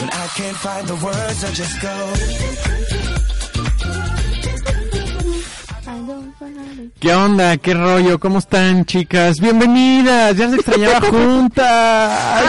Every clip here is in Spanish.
When I can't find the words, I just go. ¿Qué onda? ¿Qué rollo? ¿Cómo están, chicas? Bienvenidas, ya se extrañaba juntas. Ah.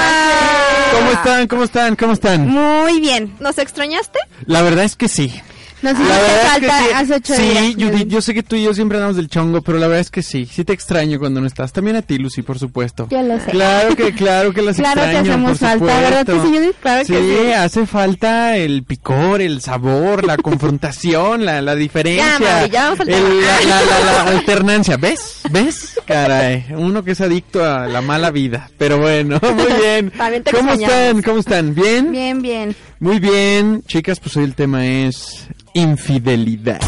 ¿Cómo están? ¿Cómo están? ¿Cómo están? Muy bien. ¿Nos extrañaste? La verdad es que sí. Nos La hiciste verdad es que falta sí. hace ocho Sí, días. Judith, yo sé que tú y yo siempre andamos del chongo, pero la verdad es que sí. Sí te extraño cuando no estás. También a ti, Lucy, por supuesto. Yo lo sé. Claro que, claro que las Claro que extraño, hacemos por falta, supuesto. ¿verdad que sí, Judith? Claro que sí. hace falta el picor, el sabor, la confrontación, la, la diferencia. Ya, Mauri, ya vamos al el- tema. la, la- la- la alternancia, ¿ves? ¿Ves? Caray, uno que es adicto a la mala vida. Pero bueno, muy bien. También te ¿Cómo extrañamos. están? ¿Cómo están? ¿Bien? Bien, bien. Muy bien, chicas, pues hoy el tema es infidelidad.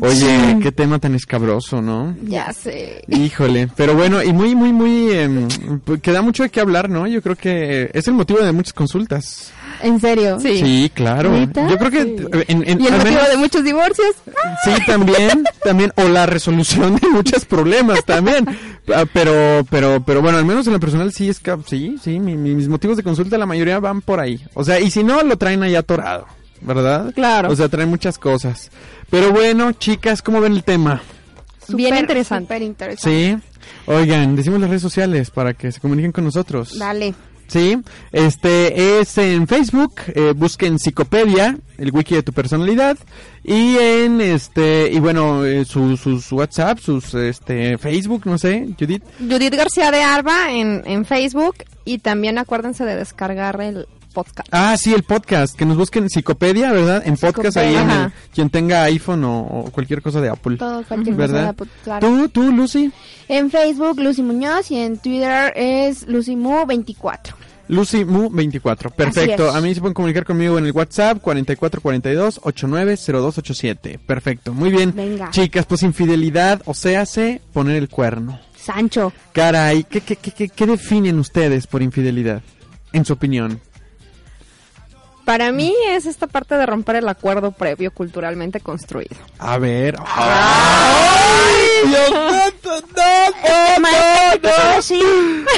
Oye, qué tema tan escabroso, ¿no? Ya sé. Híjole, pero bueno, y muy, muy, muy... em, pues, queda mucho de qué hablar, ¿no? Yo creo que es el motivo de muchas consultas. ¿En serio? Sí, claro. ¿Neta? Yo creo que... Sí. eh, En, en- ¿Y el al motivo menos- de muchos divorcios? Ah, Sí, también, también, o la resolución de muchos problemas también. Ah, Pero, pero, pero bueno, al menos en lo personal sí es que, sí, sí, mi- mi- mis motivos de consulta la mayoría van por ahí. O sea, y si no, lo traen ahí atorado, ¿verdad? Claro. O sea, traen muchas cosas. Pero bueno, chicas, ¿cómo ven el tema? Bien interesante. interesante. Sí. Oigan, decimos las redes sociales para que se comuniquen con nosotros. Dale. Sí, este es en Facebook, eh, busquen Psicopedia, el wiki de tu personalidad, y en este, y bueno, eh, su- sus WhatsApp, sus este Facebook, no sé, Judith. Judith García de Arba en, en Facebook y también acuérdense de descargar el podcast. Ah, sí, el podcast, que nos busquen Psicopedia, ¿verdad? En podcast ahí, Psicopedia. en el- Ajá. quien tenga iPhone o, o cualquier cosa de Apple. Todo, cualquier cosa de ¿Verdad? Apple, claro. Tú, tú, Lucy, En Facebook, Lucy Muñoz, y en Twitter es LucyMu24. Lucy Mu24, perfecto. es. A mí se pueden comunicar conmigo en el WhatsApp 4442-890287. Perfecto, muy bien. Venga. Chicas, pues infidelidad, o sea, hace poner el cuerno. Sancho. Caray, ¿qué, qué, qué, qué, qué definen ustedes por infidelidad? En su opinión. Para mí es esta parte de romper el acuerdo previo culturalmente construido. A ver. ¡Ay! Dios santo, no, no, no, no.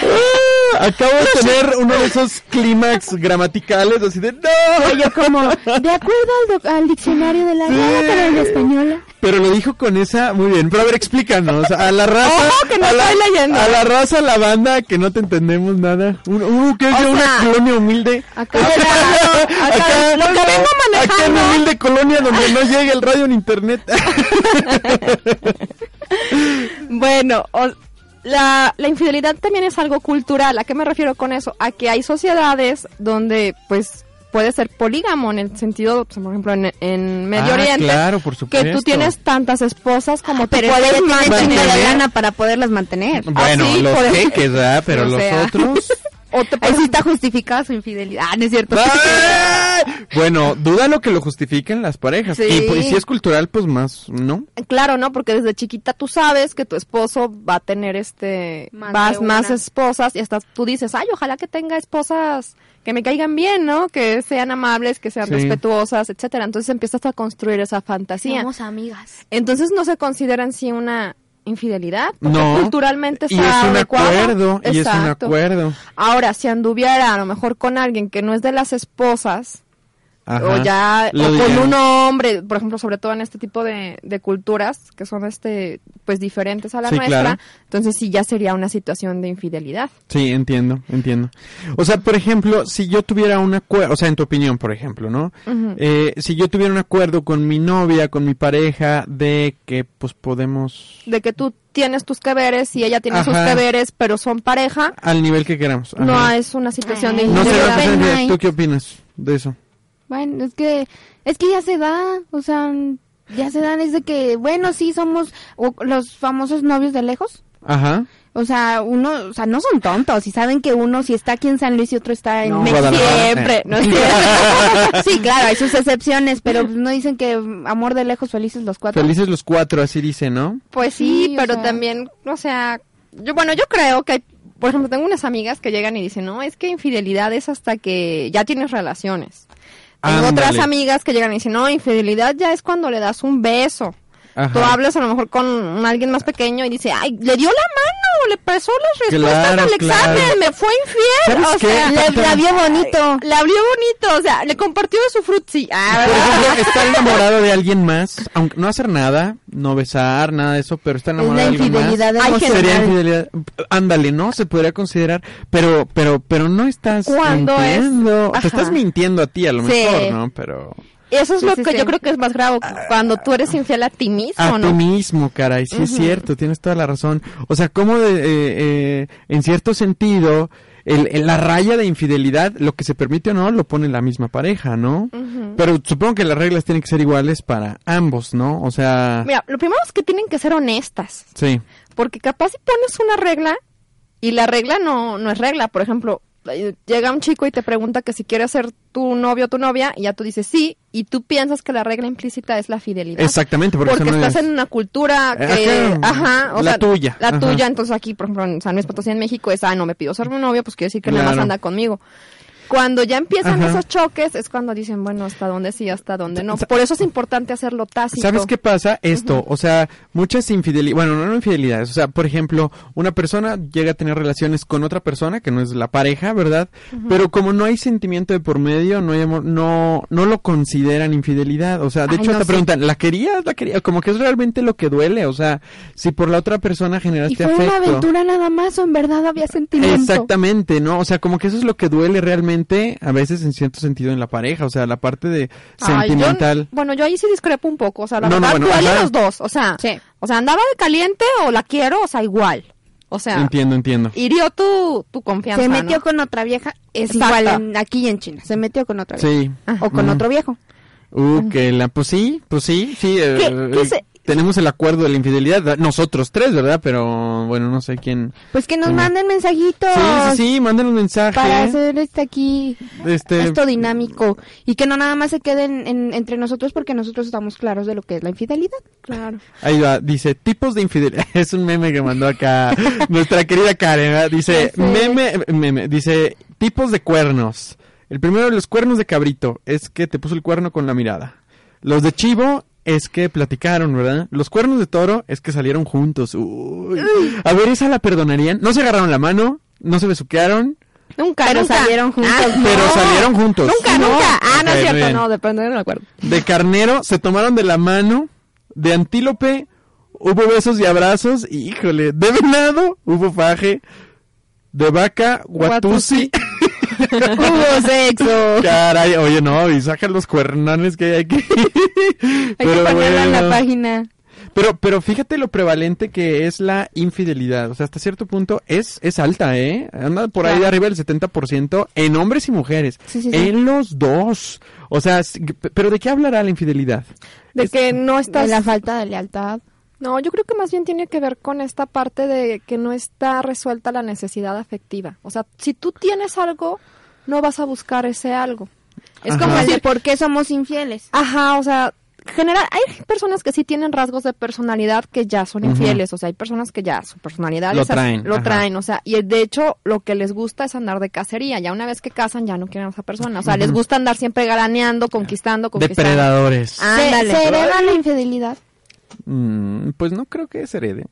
Ah, Acabo de tener uno de esos clímax gramaticales así de no. Yo como, de acuerdo al, doc- al diccionario de la Real Academia Española. Pero lo dijo con esa, muy bien. Pero a ver, explícanos. A la raza. Ojo, que no a la, estoy leyendo. A la raza, a la banda, que no te entendemos nada. Un- Uh, que es de O una sea, colonia humilde. acá- acá- lo que vengo Acá en manejando. humilde colonia donde no llega el radio ni internet. Bueno, o- la, la infidelidad también es algo cultural. ¿A qué me refiero con eso? A que hay sociedades donde, pues, puede ser polígamo en el sentido, pues, por ejemplo, en, en Medio Ah, Oriente. claro, por Que supuesto. tú tienes tantas esposas como te Pero puedes ella tiene mantener. chingo de mantener. lana para poderlas mantener. Bueno, Así, los por ejemplo. jeques, ¿verdad? Pero O los sea. otros. O te Ahí puedes- sí está justificada su infidelidad. Ah, no es Pues cierto. ¡Ay! bueno, duda lo que lo justifiquen las parejas. Sí. Y pues si es cultural, pues más, ¿no? Claro, ¿no? Porque desde chiquita tú sabes que tu esposo va a tener este Más más, de más una. esposas y hasta tú dices, "Ay, ojalá que tenga esposas que me caigan bien, ¿no? Que sean amables, que sean Sí. respetuosas, etcétera." Entonces empiezas a construir esa fantasía. Somos amigas. Entonces no se consideran sí una infidelidad, porque No. culturalmente Y es está un adecuado. acuerdo, y es un Exacto. acuerdo. Ahora, si anduviera a lo mejor con alguien que no es de las esposas, o Ajá. ya Lo o con dijeron. un hombre, por ejemplo, sobre todo en este tipo de, de culturas que son este pues diferentes a la Sí, nuestra, claro. entonces sí ya sería una situación de infidelidad. Sí, entiendo, entiendo. O sea, por ejemplo, si yo tuviera un acuerdo, o sea, en tu opinión, por ejemplo, ¿no? Eh, si yo tuviera un acuerdo con mi novia, con mi pareja, de que pues podemos De que tú tienes tus que veres y ella tiene sus Ajá. que veres, pero son pareja, al nivel que queramos. ajá. no es una situación de Ay, No será infidelidad. Pero- necesario. ¿Tú qué opinas de eso? Bueno, es que, es que ya se da, o sea, ya se dan es de que, bueno, sí somos o- los famosos novios de lejos. Ajá. O sea, uno, o sea, no son tontos y saben que uno si está aquí en San Luis y otro está en No, México. Guadalajara. Siempre, no es Sí, claro, hay sus excepciones, pero pues, no dicen que mm, amor de lejos felices los cuatro. Felices los cuatro, así dice, ¿no? Pues sí, Sí, o pero sea. también, o sea, yo bueno, yo creo que, hay- por ejemplo, tengo unas amigas que llegan y dicen, no, es que infidelidad es hasta que ya tienes relaciones. Tengo otras Ándale. amigas que llegan y dicen, no, infidelidad ya es cuando le das un beso. Ajá. Tú hablas a lo mejor con alguien más pequeño y dice, ay, le dio la mano, le pasó las respuestas Claro, al examen, claro. me fue infiel. ¿Sabes O qué? sea, Le, la vio bonito. le abrió bonito, o sea, le compartió de su frutzi. Ah, Por ¿verdad? ejemplo, está enamorado de alguien más, aunque no hacer nada, no besar, nada de eso, pero está Es enamorado de la alguien más. infidelidad Hay emocional. gente- Sería infidelidad. Ándale, ¿no? Se podría considerar, pero pero pero no estás ¿Cuándo es? mintiendo. Ajá. Te estás mintiendo a ti a lo Sí. mejor, ¿no? Pero Eso es Sí, lo sí, que sí. yo creo que es más grave cuando tú eres infiel a ti mismo, Ah, a ¿no? ti Ah, mismo, caray, sí es Ujú. cierto, tienes toda la razón. O sea, como de, eh, eh, en cierto sentido, el, el- la raya de infidelidad, lo que se permite o no, lo pone la misma pareja, ¿no? Ujú. Pero supongo que las reglas tienen que ser iguales para ambos, ¿no? O sea, Mira, lo primero es que tienen que ser honestas, sí. porque capaz si pones una regla y la regla no, no es regla, por ejemplo, eh, llega un chico y te pregunta que si quieres ser tu novio o tu novia, y ya tú dices sí, y tú piensas que la regla implícita es la fidelidad. Exactamente, porque, Porque eso no estás es- en una cultura que, Ajá, ajá, o la sea, tuya, La ajá. tuya, entonces aquí, por ejemplo, en San Luis Potosí, en México, es, ah, no me pidió ser mi novio, pues quiere decir que nada Claro. más anda conmigo. Cuando ya empiezan Ajá. esos choques, es cuando dicen, bueno, hasta dónde sí, hasta dónde no. Por eso es importante hacerlo tácito. ¿Sabes qué pasa? Esto, o sea, muchas infidelidades, bueno, no, no infidelidades, o sea, por ejemplo, una persona llega a tener relaciones con otra persona que no es la pareja, ¿verdad? Pero como no hay sentimiento de por medio, no hay amor, no, no lo consideran infidelidad, o sea, de Ay, hecho no te sé. preguntan, ¿la querías? ¿La querías? Como que es realmente lo que duele, o sea, si por la otra persona generaste Y fue este afecto. una aventura nada más o en verdad había sentimiento. Exactamente, ¿no? O sea, como que eso es lo que duele realmente a veces en cierto sentido en la pareja, o sea, la parte de Ay, yo- sentimental. bueno, yo ahí sí discrepo un poco. O sea, la No, no, verdad, bueno, duele ajá. los dos. O sea, Sí. o sea, andaba de caliente o la quiero, o sea, igual. O sea, Entiendo, entiendo. hirió tu, tu confianza. Se ¿no? metió con otra vieja, es Exacto. igual en- aquí y en China. Se metió con otra vieja. Sí. O con Ujú. otro viejo. Uh, que la, pues sí, pues sí, sí. eh, ¿Qué- qué eh, se- Tenemos el acuerdo de la infidelidad, ¿verdad? nosotros tres, ¿verdad? Pero bueno, no sé quién. Pues que nos Ujú. manden mensajitos Sí, sí, sí, manden un mensaje. para hacer este aquí este, esto dinámico y que no nada más se queden en- entre nosotros porque nosotros estamos claros de lo que es la infidelidad. Claro. Ahí va, dice, tipos de infidelidad. Es un meme que mandó acá nuestra querida Karen, ¿verdad? Dice, Ya sé. meme, meme, dice, tipos de cuernos. El primero, los cuernos de cabrito, es que te puso el cuerno con la mirada. Los de chivo es que platicaron, ¿verdad? Los cuernos de toro es que salieron juntos. Uy. A ver, esa la perdonarían. No se agarraron la mano, no se besuquearon, Nunca, Pero nunca. salieron juntos. pero salieron juntos. Nunca, nunca. Ah, no Ok, es muy cierto, bien. no, depende del acuerdo. De carnero se tomaron de la mano. De antílope hubo besos y abrazos. y, Híjole. De venado hubo faje. De vaca, guatusi. Hubo sexo. Caray, oye, no, y saca los cuernones que hay aquí. Hay que ponerla en la bueno. página. Pero, pero fíjate lo prevalente que es la infidelidad. O sea, hasta cierto punto es, es alta, ¿eh? Anda por ahí de arriba del 70% en hombres y mujeres. Sí, sí, sí. En los dos. O sea, sí, p- pero ¿de qué hablará la infidelidad? De que no De estás... la falta de lealtad. No, yo creo que más bien tiene que ver con esta parte de que no está resuelta la necesidad afectiva. O sea, si tú tienes algo, no vas a buscar ese algo. Es Ajá. como Como decir, decir, ¿por qué somos infieles? ajá, o sea, general, hay personas que sí tienen rasgos de personalidad que ya son Ujú. infieles. O sea, hay personas que ya su personalidad Lo es así- traen, Lo ajá. traen, o sea, y de hecho lo que les gusta es andar de cacería. Ya una vez que casan, ya no quieren a esa persona. O sea, les Ujú. gusta andar siempre garaneando, conquistando, conquistando. Depredadores. Ah, Se, Ándale. se hereda la infidelidad. Mm, pues no creo que se herede.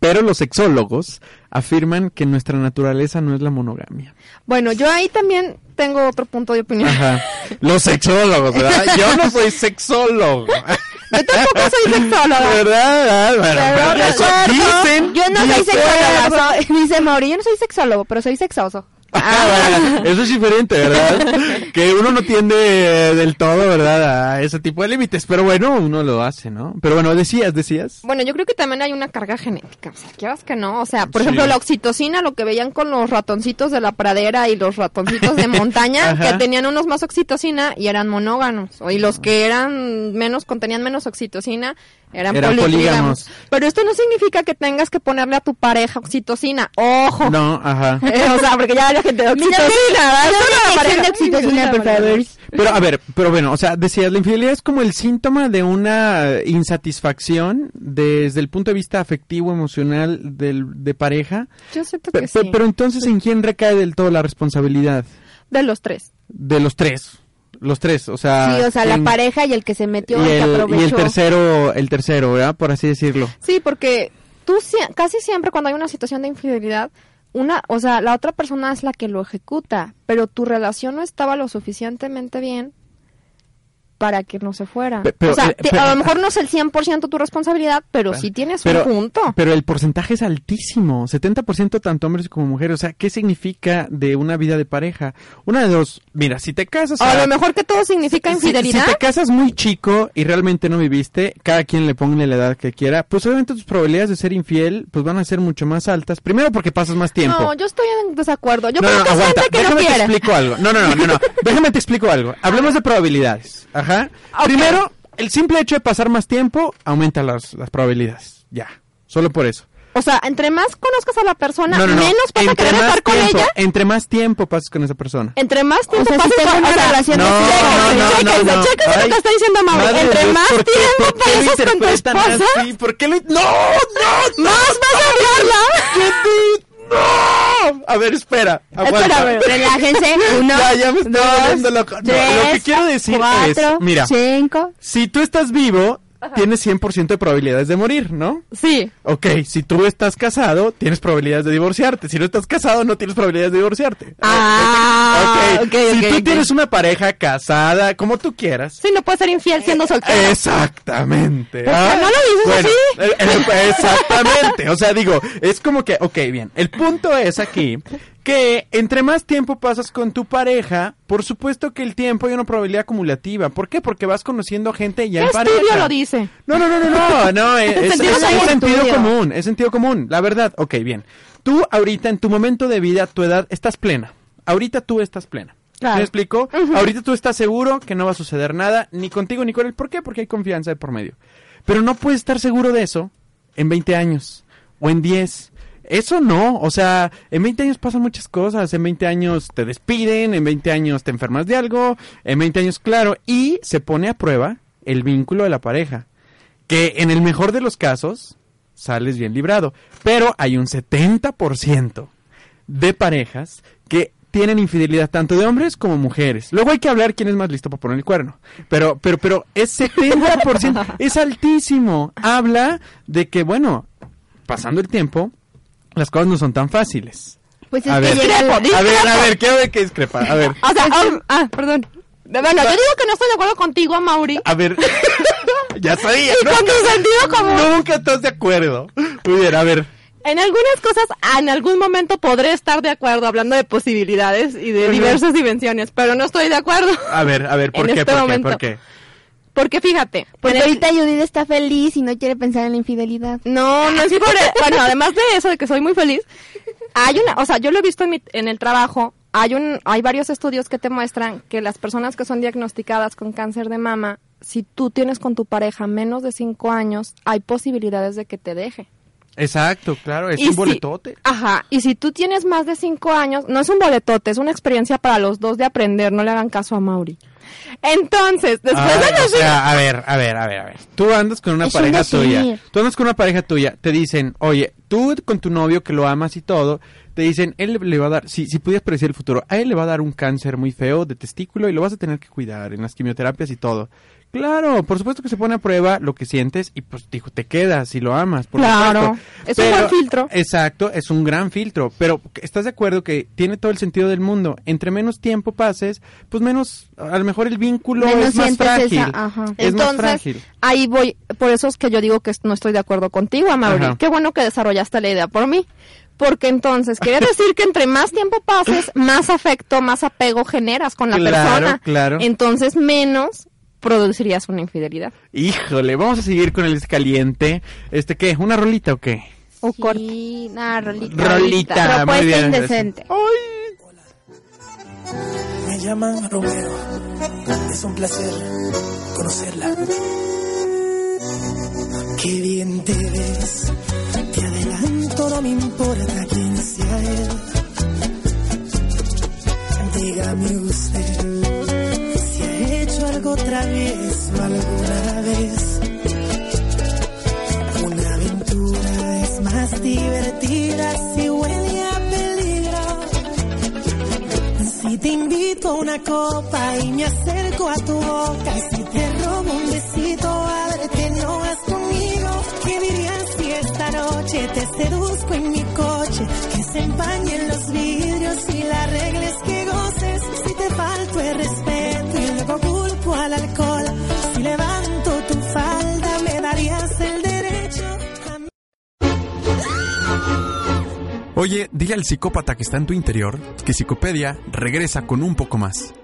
Pero los sexólogos afirman que nuestra naturaleza no es la monogamia. Bueno, yo ahí también tengo otro punto de opinión. Ajá. Los sexólogos, ¿verdad? Yo no soy sexólogo. Yo tampoco soy sexóloga. ¿Verdad? Ah, bueno, Pero pero de eso acuerdo. dicen. Yo no soy dicen. sexóloga, soy- dice Mauri, yo no soy sexólogo, pero soy sexoso. Ah, Eso es diferente, ¿verdad? que uno no tiende eh, del todo, ¿verdad? A ese tipo de límites. Pero bueno, uno lo hace, ¿no? Pero bueno, decías, decías. Bueno, yo creo que también hay una carga genética, o sea, quieras que no. O sea, por ejemplo, la oxitocina, lo que veían con los ratoncitos de la pradera y los ratoncitos de montaña, Ajá. Ah. que tenían unos más oxitocina y eran monógamos. o- Y los que eran menos, contenían menos oxitocina, eran, Eran polígamos. polígamos. Pero esto no significa que tengas que ponerle a tu pareja oxitocina. ¡Ojo! No, ajá. Eh, o sea, porque ya la gente de oxitocina, ¿verdad? Solo la pareja. de oxitocina, por favor. Pero a ver, pero bueno, o sea, decías, la infidelidad es como el síntoma de una insatisfacción desde el punto de vista afectivo, emocional, del, de pareja. Yo siento Pe- que pe- sí. Pero entonces, ¿en quién recae del todo la responsabilidad? De los tres. De los tres. Los tres, o sea. Sí, o sea, la ¿quién- pareja y el que se metió, y el que el, y el aprovechó. tercero, el tercero, ¿verdad? Por así decirlo. Sí, porque tú sie- casi siempre cuando hay una situación de infidelidad, una, o sea, la otra persona es la que lo ejecuta, pero tu relación no estaba lo suficientemente bien para que no se fuera. Pe- pero, Ah. o sea, eh, te- pero- a lo mejor no es el 100% tu responsabilidad, pero sí tienes Pero, un punto. pero el porcentaje es altísimo, 70% tanto hombres como mujeres. O sea, ¿qué significa de una vida de pareja? Una de dos, mira, si te casas... a a- lo mejor que todo significa si- infidelidad. Si, te casas muy chico y realmente no viviste, cada quien le ponga la edad que quiera, pues obviamente tus probabilidades de ser infiel pues van a ser mucho más altas. Primero porque pasas más tiempo. No, yo estoy en desacuerdo. Yo No, creo no, que es aguanta. gente que no Déjame te quiere. explico algo. No, no, no, no, no. Déjame te explico algo. Hablemos de probabilidades. Ajá. Ok. Primero, el simple hecho de pasar más tiempo aumenta las, las probabilidades. Ya. Solo por eso. O sea, entre más conozcas a la persona, no, no, no. menos vas a entre querer más estar con tiempo, ella. Eh, Entre más tiempo pasas con esa persona. Entre más tiempo sea, si pases tengo con- una o sea, relación No, de no, no, Chéquense, no, no. chéquense lo Ay, que está diciendo Mauri. madre Entre de Dios, más ¿por qué- tiempo por qué lo pasas con tu interpretan esposa, así? ¿Por qué lo- ¡No! ¡No! más vas a odiarla. ¡No! A ver, espera. Aguanta. Espera, a ver. Relájense, uno, Ya, ya me estoy volviendo loco. No, lo que tres, quiero decir cuatro, es, mira, cinco. si tú estás vivo, tienes 100% de probabilidades de morir, ¿no? Sí, Ok, si tú estás casado, tienes probabilidades de divorciarte. Si no estás casado, no tienes probabilidades de divorciarte. Ah, Ok, ok, si ok, tú ok. tienes una pareja casada, como tú quieras. sí, no puedes ser infiel siendo soltero. Exactamente. Ah, sea, ¿no lo dices así? así? Exactamente. O sea, digo, es como que, ok, bien. El punto es aquí que entre más tiempo pasas con tu pareja, por supuesto que el tiempo hay una probabilidad acumulativa. ¿Por qué? Porque vas conociendo gente ya ¿Qué en pareja. estudio lo dice? No, no, no, no, no, no, es, es- sentido es- común. es sentido Estudio. común, es sentido común, la verdad. Ok, bien. Tú ahorita, en tu momento de vida, tu edad, estás plena. Ahorita tú estás plena. Claro. ¿Me explico? Ahorita tú estás seguro que no va a suceder nada, ni contigo ni con él. ¿Por qué? Porque hay confianza de por medio. Pero no puedes estar seguro de eso en 20 años o en 10. Eso no, o sea, en 20 años pasan muchas cosas, en 20 años te despiden, en 20 años te enfermas de algo, en 20 años, claro, y se pone a prueba el vínculo de la pareja que en el mejor de los casos sales bien librado, pero hay un 70% de parejas que tienen infidelidad tanto de hombres como mujeres. Luego hay que hablar quién es más listo para poner el cuerno, pero pero pero es 70%, es altísimo. Habla de que bueno, pasando el tiempo las cosas no son tan fáciles. Pues es A que ver, llega el- a ver, a ver, quiero ver qué discrepa. A ver, O sea, ah, ah, perdón. Bueno, yo digo que no estoy de acuerdo contigo, Mauri. a ver. ya sabía. Y con tu sentido común. Nunca estás de acuerdo. Muy bien, a ver. En algunas cosas, ah, en algún momento podré estar de acuerdo hablando de posibilidades y de diversas dimensiones, pero no estoy de acuerdo. A ver, a ver, ¿por En qué? este ¿Por qué? momento. ¿Por qué? Porque fíjate, pues Pues Porque en el- ahorita Judith está feliz y no quiere pensar en la infidelidad. No, no es por... e-, bueno, además de eso, de que soy muy feliz, hay una... O sea, yo lo he visto en, mi- en el trabajo, hay, un, hay varios estudios que te muestran que las personas que son diagnosticadas con cáncer de mama, si tú tienes con tu pareja menos de 5 años, hay posibilidades de que te deje. Exacto, claro, es Y un si- boletote. Ajá, y si tú tienes más de 5 años, no es un boletote, es una experiencia para los dos de aprender, no le hagan caso a Mauri. Entonces, después Ay, de los... o sea, a ver, a ver, a ver, a ver. Tú andas con una Es un pareja decir. tuya. Tú andas con una pareja tuya. Te dicen, oye, tú con tu novio que lo amas y todo, te dicen, él le va a dar, si, si pudieras predecir el futuro, a él le va a dar un cáncer muy feo de testículo y lo vas a tener que cuidar en las quimioterapias y todo. Claro, por supuesto que se pone a prueba lo que sientes y pues dijo, te quedas y lo amas. Por Claro, supuesto. es un buen filtro. Exacto, es un gran filtro, pero ¿estás de acuerdo que tiene todo el sentido del mundo? Entre menos tiempo pases, pues menos, a lo mejor el vínculo Menos es más sientes frágil. esa- ajá. Es más Entonces, frágil. ahí voy, por eso es que yo digo que no estoy de acuerdo contigo, Amaury. Ajá. Qué bueno que desarrollaste la idea por mí. Porque entonces, quiere decir que entre más tiempo pases, más afecto, más apego generas con la Claro, persona. claro. Entonces, menos producirías una infidelidad. Híjole, vamos a seguir con el escaliente. Este, ¿qué? ¿Una rolita o qué? O corta. Sí, nada, rolita. Rolita, Propuesta muy bien. indecente. Me llaman Romeo. Es un placer conocerla. Qué bien te ves. Te adelanto, no me importa quién sea él. Dígame usted si ha hecho algo travieso alguna vez. Una aventura es más divertida si huele a peligro. Si te invito a una copa y me acerco a tu boca, y si te robo un besito, a ver, te enojas conmigo. ¿Qué dirías si esta noche te seduzco en mi coche? Que se empañen los vidrios y la regla es que goces. Si te falto el respeto y luego culpo al alcohol, si levanto tu falda, me darías el derecho a mí. Oye, dile al psicópata que está en tu interior que Psicopedia regresa con un poco más.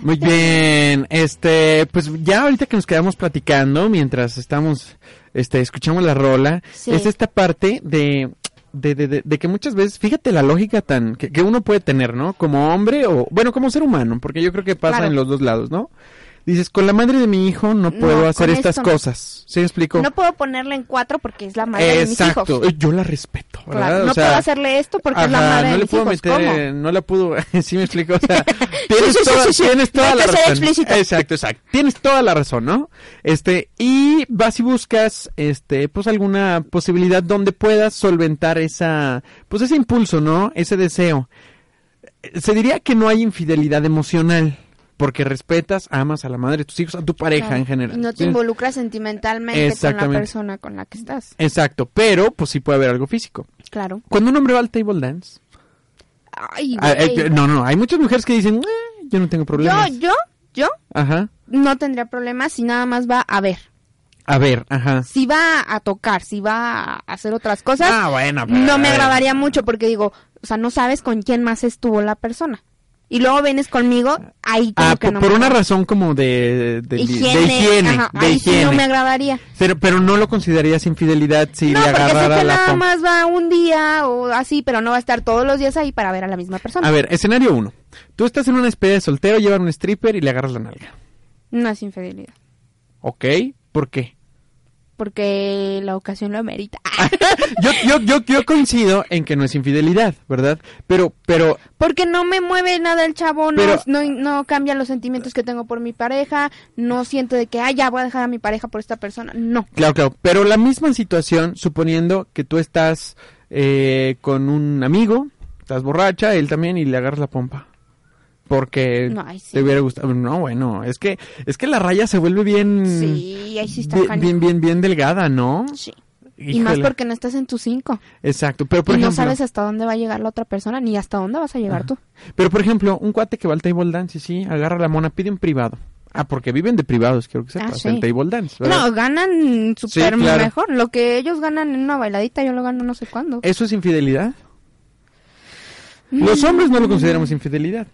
Muy bien, este, pues ya ahorita que nos quedamos platicando, mientras estamos, este, escuchamos la rola, Sí. es esta parte de, de, de, de- de que muchas veces, fíjate la lógica tan, que, que uno puede tener, ¿no? Como hombre o, bueno, como ser humano, porque yo creo que pasa Claro. en los dos lados, ¿no? Dices, con la madre de mi hijo No, no puedo con hacer estas esto no. cosas, ¿sí me explico? No puedo ponerla en cuatro porque es la madre de mis Exacto, hijos. yo la respeto, ¿verdad? Claro, O no sea, puedo hacerle esto porque es la Ajá, madre Ah, no de le mis puedo hijos. meter, ¿Cómo? eh, no la pudo, sí me explico, o sea, tienes Sí, sí, toda, sí, sí, sí. tienes No toda hay la que ser razón. explícito. Exacto, exacto. Tienes toda la razón, ¿no? Este, y vas y buscas este pues alguna posibilidad donde puedas solventar esa pues ese impulso, ¿no? Ese deseo. Se diría que no hay infidelidad emocional. Porque respetas, amas a la madre de tus hijos, a tu pareja Claro. en general. Y no te ¿Sí? involucras sentimentalmente con la Exactamente. persona con la que estás. Exacto, pero pues sí puede haber algo físico. Claro. Cuando un hombre va al table dance, Ay, Ah, eh, güey. yo- no, no, hay muchas mujeres que dicen, "Eh, yo no tengo Yo, problemas. yo, yo Ajá. no tendría problemas si nada más va a ver. A ver, ajá. Si va a tocar, si va a hacer otras cosas, ah, bueno, pero- no me agradaría mucho porque digo, o sea, no sabes con quién más estuvo la persona. Y luego vienes conmigo, ahí como Ah, que por, no por me una agrada. razón como de, de de higiene, higiene, ajá, de ahí sí higiene. no me agradaría. pero, pero no lo considerarías infidelidad si no, le porque sé agarrara que la nada pom- más va un día o así, pero no va a estar todos los días ahí para ver a la misma persona. A ver, escenario uno. Tú estás en una despedida de soltero, llevan un stripper y le agarras la nalga. No es infidelidad, ¿Ok? ¿Por qué? porque la ocasión lo amerita. Yo, yo, yo, yo coincido en que no es infidelidad, ¿verdad? Pero, pero Porque no me mueve nada el chavo, no, Pero- no, no cambia los sentimientos que tengo por mi pareja, no siento de que, ah, ya voy a dejar a mi pareja por esta persona. No. Claro, claro. Pero la misma situación, suponiendo que tú estás eh, con un amigo, estás borracha, él también, y le agarras la pompa. Porque No, ay, Eh, sí. te hubiera gustado. No, bueno, es que, es que la raya se vuelve bien. Sí, ahí sí está Mm, bien, canijo. bien, bien, bien delgada, ¿no? Sí. Y más Híjole. porque no estás en tu cinco. Exacto. Pero por y no ejemplo. sabes hasta dónde va a llegar la otra persona, ni hasta dónde vas a llegar Ajá. tú. Pero por ejemplo, un cuate que va al table dance y sí, agarra la mona, pide un privado. Ah, porque viven de privados, quiero que Ah, sepas, sí. el table dance. ¿verdad? No, ganan súper claro. mejor. Lo que ellos ganan en una bailadita, yo lo gano no sé cuándo. ¿Eso es infidelidad? Mm. Los hombres no lo consideramos infidelidad.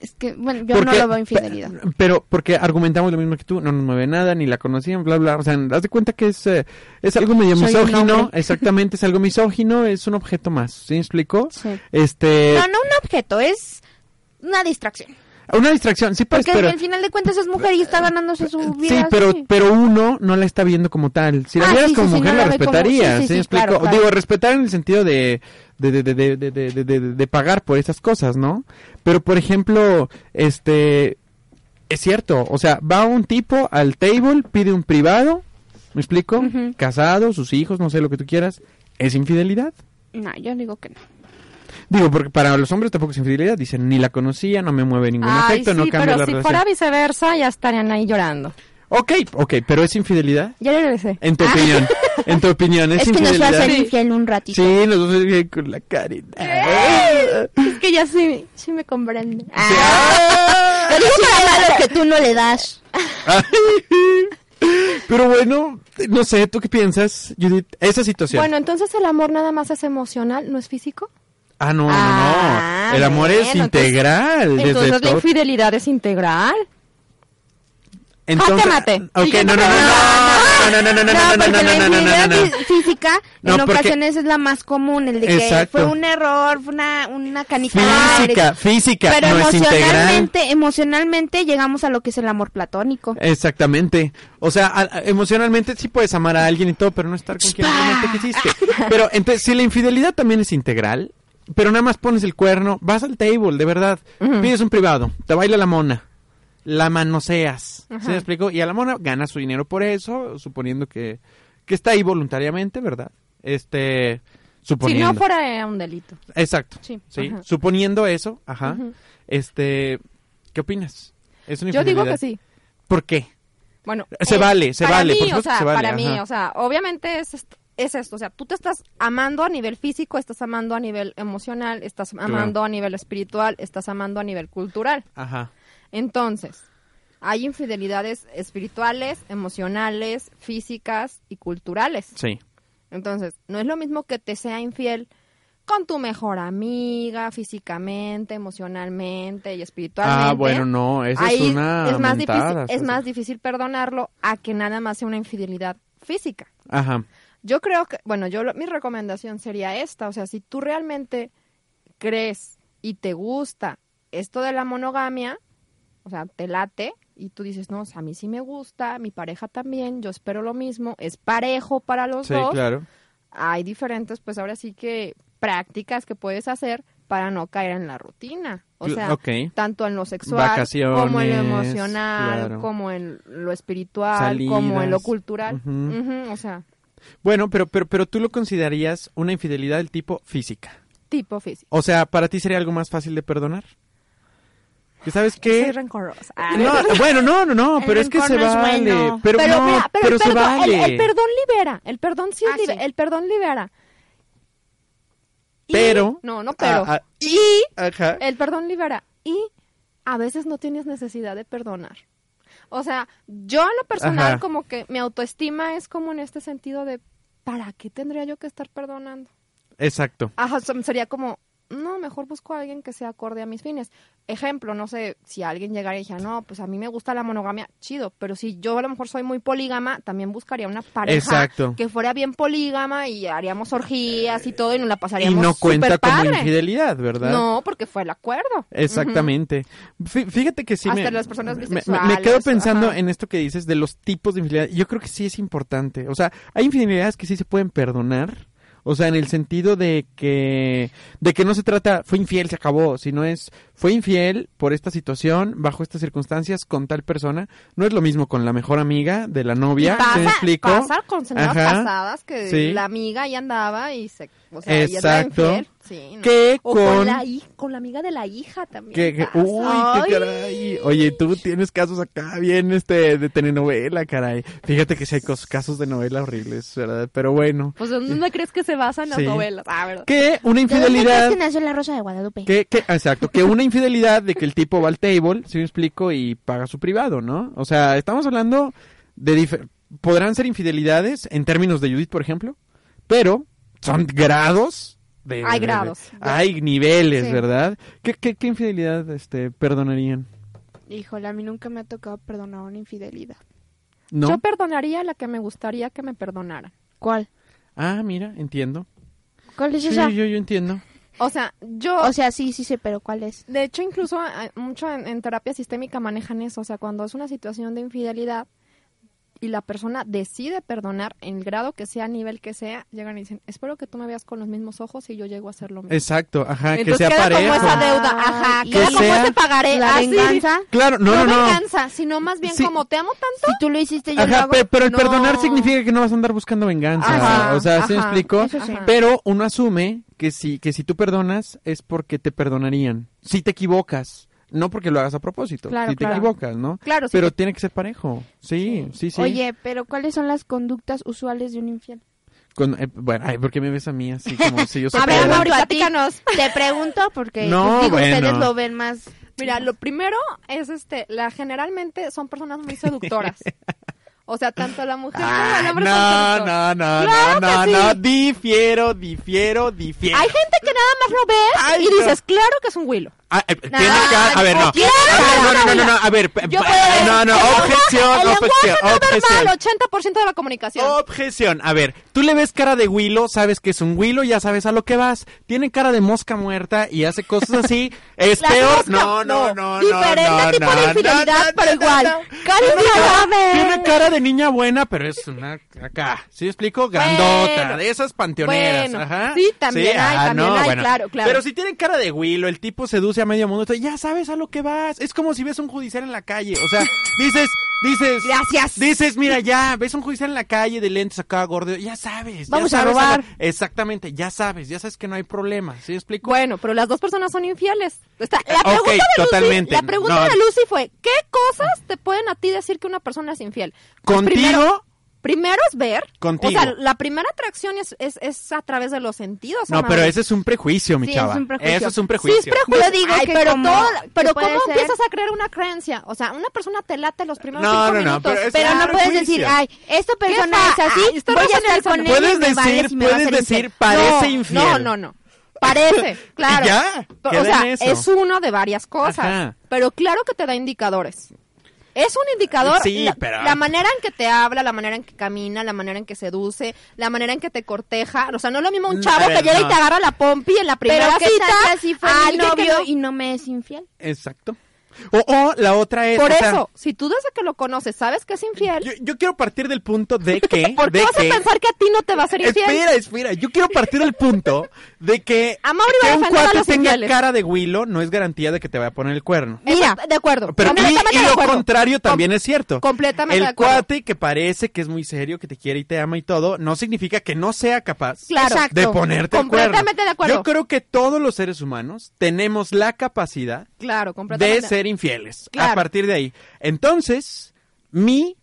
Es que, bueno, yo Porque- no lo veo infidelidad. pe- Pero porque argumentamos lo mismo que tú, no nos mueve nada, ni la conocían, bla, bla. O sea, haz de cuenta que es, eh, es algo medio Soy un misógino. hombre. Exactamente, es algo misógino, es un objeto más. ¿Sí me explico? Sí. Este, No, no un objeto, es una distracción. Una distracción, sí, pues, Porque pero... al final de cuentas es mujer y está ganándose su vida. Sí, pero, así. pero uno no la está viendo como tal. Si la Ah, vieras sí, sí, como sí, mujer, no la la ve como- respetarías. sí, sí, ¿sí me sí, claro, explico? claro. Digo, respetar en el sentido de de, de, de, de, de, de, de- de pagar por esas cosas, ¿no? Pero, por ejemplo, este... Es cierto, o sea, va un tipo al table, pide un privado, ¿me explico? Ujú. Casado, sus hijos, no sé, lo que tú quieras. ¿Es infidelidad? No, yo digo que no. Digo, porque para los hombres tampoco es infidelidad. Dicen, ni la conocía, no me mueve ningún Ay, afecto, no sí, cambia pero la si relación. fuera viceversa, ya estarían ahí llorando. Ok, ok, pero es infidelidad. Ya regresé. En tu opinión. En tu opinión, es, Es que nos va a infidelidad. hacer infiel un ratito. sí, nos vamos a ir con la Karen. Es que ya sí, sí me comprende. Ah. Pero sí me da lo que tú no le das. Pero bueno, no sé, ¿tú qué piensas, Judith? Esa situación. Bueno, entonces el amor nada más es emocional, no es físico. ah, no, no, Ah, no. El amor es bueno, entonces- integral. desde Entonces la todo. infidelidad es integral. Entonces, mate. Ok, Siguiente no, no, no, no, no, no, no, no, no, no, no, porque no, no, la no, no, infidelidad no, no. fí- física No, en porque- ocasiones es la más común, el de que Exacto. fue un error, fue una, una canica. Física, física, Pero no es integral. Eh, emocionalmente, emocionalmente llegamos a lo que es el amor platónico. Exactamente. O sea, a- a- emocionalmente sí puedes amar a alguien y todo, pero no estar con quien realmente quisiste. Pero entonces, si la infidelidad también es integral, pero nada más pones el cuerno, vas al table, de verdad, pides un privado, te baila la mona, la manoseas, ¿se me explico? Y a la mona gana su dinero por eso, suponiendo que, que está ahí voluntariamente, ¿verdad? Este, suponiendo. Si no fuera eh, un delito. Exacto. Sí. Sí. Ajá. Suponiendo eso, ajá, este, ¿qué opinas? ¿Es una Yo digo infidelidad? que sí. ¿Por qué? Bueno, eh, Se vale, se para vale, mí, por supuesto o sea, se vale, Para mí, ajá. o sea, obviamente es, est- es esto. O sea, tú te estás amando a nivel físico, estás amando a nivel emocional, estás amando a nivel espiritual, estás amando a nivel cultural. Ajá. Entonces, hay infidelidades espirituales, emocionales, físicas y culturales. Sí. Entonces, no es lo mismo que te sea infiel con tu mejor amiga, físicamente, emocionalmente y espiritualmente. Ah, bueno, no, esa es Ahí una es más mentada, difícil, es sí, más sí. difícil perdonarlo a que nada más sea una infidelidad física. Ajá. Yo creo que, bueno, yo lo- mi recomendación sería esta, o sea, si tú realmente crees y te gusta esto de la monogamia, o sea, te late y tú dices, no, o sea, a mí sí me gusta, mi pareja también, yo espero lo mismo, es parejo para los Sí, dos. claro. Hay diferentes, pues ahora sí que prácticas que puedes hacer para no caer en la rutina. O Cl- sea, ok. tanto en lo sexual Vacaciones, como en lo emocional, claro. como en lo espiritual, como en lo Salidas. cultural. Ujú. Ujú, o sea, Bueno, pero, pero, pero tú lo considerarías una infidelidad del tipo física. tipo físico. O sea, ¿para ti sería algo más fácil de perdonar? ¿Que sabes qué? Soy rencorosa. Ah, No, bueno, no, no, no, El pero es que se rencor no es vale. bueno. Pero, pero, no, mira, pero pero el, se perdón, el- vale. el perdón libera, el perdón sí, Ah, libe- sí. el perdón libera. Y- Pero- no, no pero. Ah, ah. y Ajá. el perdón libera y a veces no tienes necesidad de perdonar. O sea, yo en lo personal Ajá. como que mi autoestima es como en este sentido de ¿para qué tendría yo que estar perdonando? Exacto. Ajá, se- sería como, no, mejor busco a alguien que sea acorde a mis fines.Ejemplo, no sé, si alguien llegara y dijera, no, pues a mí me gusta la monogamia, chido, pero si yo a lo mejor soy muy polígama, también buscaría una pareja Exacto. que fuera bien polígama y haríamos orgías y todo y nos la Y pasaríamos no cuenta como superpadre. infidelidad, ¿verdad? No, porque fue el acuerdo. Exactamente. Fí- Fíjate que sí Hasta me, las personas me- me- Me, bisexuales, quedo pensando ajá. en esto que dices de los tipos de infidelidad. Yo creo que sí es importante. O sea, hay infidelidades que sí se pueden perdonar. O sea, en el sentido de que de que no se trata fue infiel, se acabó, sino es fue infiel por esta situación, bajo estas circunstancias con tal persona. No es lo mismo con la mejor amiga de la novia, ¿se Pues me explico? Pasar con señoras Ajá. casadas que Sí. la amiga ahí andaba y se... O sea, ella era Exacto. infiel. Sí, no. que O con, con, la, hi- con la amiga de la hija también. que, que- pasa. uy, Ay. qué caray. Oye, tú tienes casos acá bien este de telenovela, caray. Fíjate que sí hay cos- casos de novela horribles, ¿verdad? Pero bueno, Pues ¿dónde crees que se basan las Sí. novelas? Ah, ¿verdad? que una ¿De dónde infidelidad crees que nació la Rosa de Guadalupe? que, que- ah, exacto, que una infidelidad de que el tipo va al table, si me explico, y paga su privado, ¿no? O sea, estamos hablando de difer- podrán ser infidelidades en términos de Judith, por ejemplo, pero son grados de Hay grados. hay niveles, Sí. ¿verdad? ¿Qué, qué, qué infidelidad este perdonarían? Híjole, a mí nunca me ha tocado perdonar una infidelidad. ¿No? Yo perdonaría a la que me gustaría que me perdonara. ¿Cuál? Ah, mira, entiendo. ¿Cuál es Sí, esa? yo, yo entiendo. O sea, yo... O sea, sí, sí sé, pero ¿cuál es? de hecho, incluso a- mucho en, en terapia sistémica manejan eso. O sea, cuando es una situación de infidelidad y la persona decide perdonar en el grado que sea, nivel que sea, llegan y dicen, espero que tú me veas con los mismos ojos y yo llego a hacer lo mismo. Exacto, ajá, Entonces que sea queda como esa pareja. deuda, ajá, Ay, queda que como sea ese pagaré, ¿La así. venganza? Claro, no, no, no, no. venganza, sino más bien Sí. como te amo tanto. Si tú lo hiciste, yo lo Ajá, hago. pe- pero el no. perdonar significa que no vas a andar buscando venganza. Ajá, o sea, ¿se me ajá, explico? eso sí. Pero uno asume que si, que si tú perdonas es porque te perdonarían. Si te equivocas. No porque lo hagas a propósito, Claro, si te claro. equivocas, ¿no? Claro, sí. Pero tiene que ser parejo. Sí, sí, sí. Oye, pero ¿cuáles son las conductas usuales de un infiel? Con- eh, bueno, ay, ¿por qué me ves a mí así como si yo A supiera? ver, Mauri, Pero a ti- platícanos. Te pregunto porque No, pues, digo, bueno. Pues, ustedes lo ven más. Mira, lo primero es este, la generalmente son personas muy seductoras. O sea, tanto la mujer como el Ah, hombre son seductores. no, no, no, Claro no, que no, sí. no, difiero, difiero, difiero. Hay gente que nada más lo ves Ay, y no. dices, claro que es un Willow. Ah, eh, tiene Nah, cara- a ver, no. A cualquiera. ver, no, no, no, no, no, a ver, Yo pa- puedo- no, no, el lenguaje- objeción, El objeción, lenguaje no objeción. verbal, 80% de la comunicación. Objeción, a ver, tú le ves cara de Willow, sabes que es un Willow, ya sabes a lo que vas. Tiene cara de mosca muerta y hace cosas así. Es La peor. mosca, No, no, no, no. Diferente no, tipo no, de infidelidad, no, no, pero no, igual. no. Cari Tiene cara- Clavel. Tiene cara de niña buena, pero es una acá. ¿Sí me explico? Grandota, Bueno. de esas panteoneras. Bueno, ajá. ah, sí, también hay, también hay, claro, claro. Pero si tienen cara de Willow, el tipo seduce a medio mundo, ya sabes a lo que vas. Es como si ves un judicial en la calle. O sea, dices, dices. Gracias. Dices, mira, ya, ves un judicial en la calle de lentes acá, gordo, ya sabes. ya Vamos a sabes robar. lo- Exactamente, ya sabes, ya sabes que no hay problema, ¿sí me explico? Bueno, pero las dos personas son infieles. Está- la Eh, pregunta, ok, de, totalmente. Lucy, la pregunta No. de Lucy fue, ¿qué cosas te pueden a ti decir que una persona es infiel? Pues Contigo. Primero, primero es ver. Contigo. O sea, la primera atracción es, es, es a través de los sentidos. no, amado. pero ese es un prejuicio, mi Sí, chava. es un prejuicio. Eso es un Sí, prejuicio. es prejuicio. Yo digo Ay, que pero como- todo- que pero puede ¿cómo ser- empiezas a crear una creencia? O sea, una persona te late los primeros No, cinco no, no, minutos. pero es- Pero Claro, no puedes juicio. decir, ay, esta persona fa- es así, ay, estoy voy a estar racionalizando. con él. Puedes y me vale decir- si me va a puedes hacer decir, infiel". parece infiel. No, no, no. Parece, claro. Y ya, Pero, O queda sea, en eso. es uno de varias cosas. Ajá. Pero claro que te da indicadores. Es un indicador Sí, la, pero- la manera en que te habla, la manera en que camina, la manera en que seduce, la manera en que te corteja. O sea, no es lo mismo un Mm, chavo a que ver, llega y no. te agarra la pompi en la Pero primera ¿qué cita. tal que así fue a mi alguien que novio no- y no me es infiel? Exacto. O, o la otra es. Por o sea, eso, si tú desde que lo conoces sabes que es infiel, yo, yo quiero partir del punto de que. ¿por qué de Eh, vas que- a pensar que a ti no te va a ser infiel? Espera, espera. Yo quiero partir del punto de que. A Mauri va que a un defender a cuate los tenga infieles. cara de Willow no es garantía de que te vaya a poner el cuerno. Mira, de acuerdo. Pero y, completamente y de lo acuerdo. contrario también Com- es cierto. completamente de El acuerdo. cuate que parece que es muy serio, que te quiere y te ama y todo, no significa que no sea capaz Claro. de Exacto. ponerte el Completamente cuerno. de acuerdo. Yo creo que todos los seres humanos tenemos la capacidad Claro, completamente. de ser infieles. Claro. A partir de ahí. Entonces, mi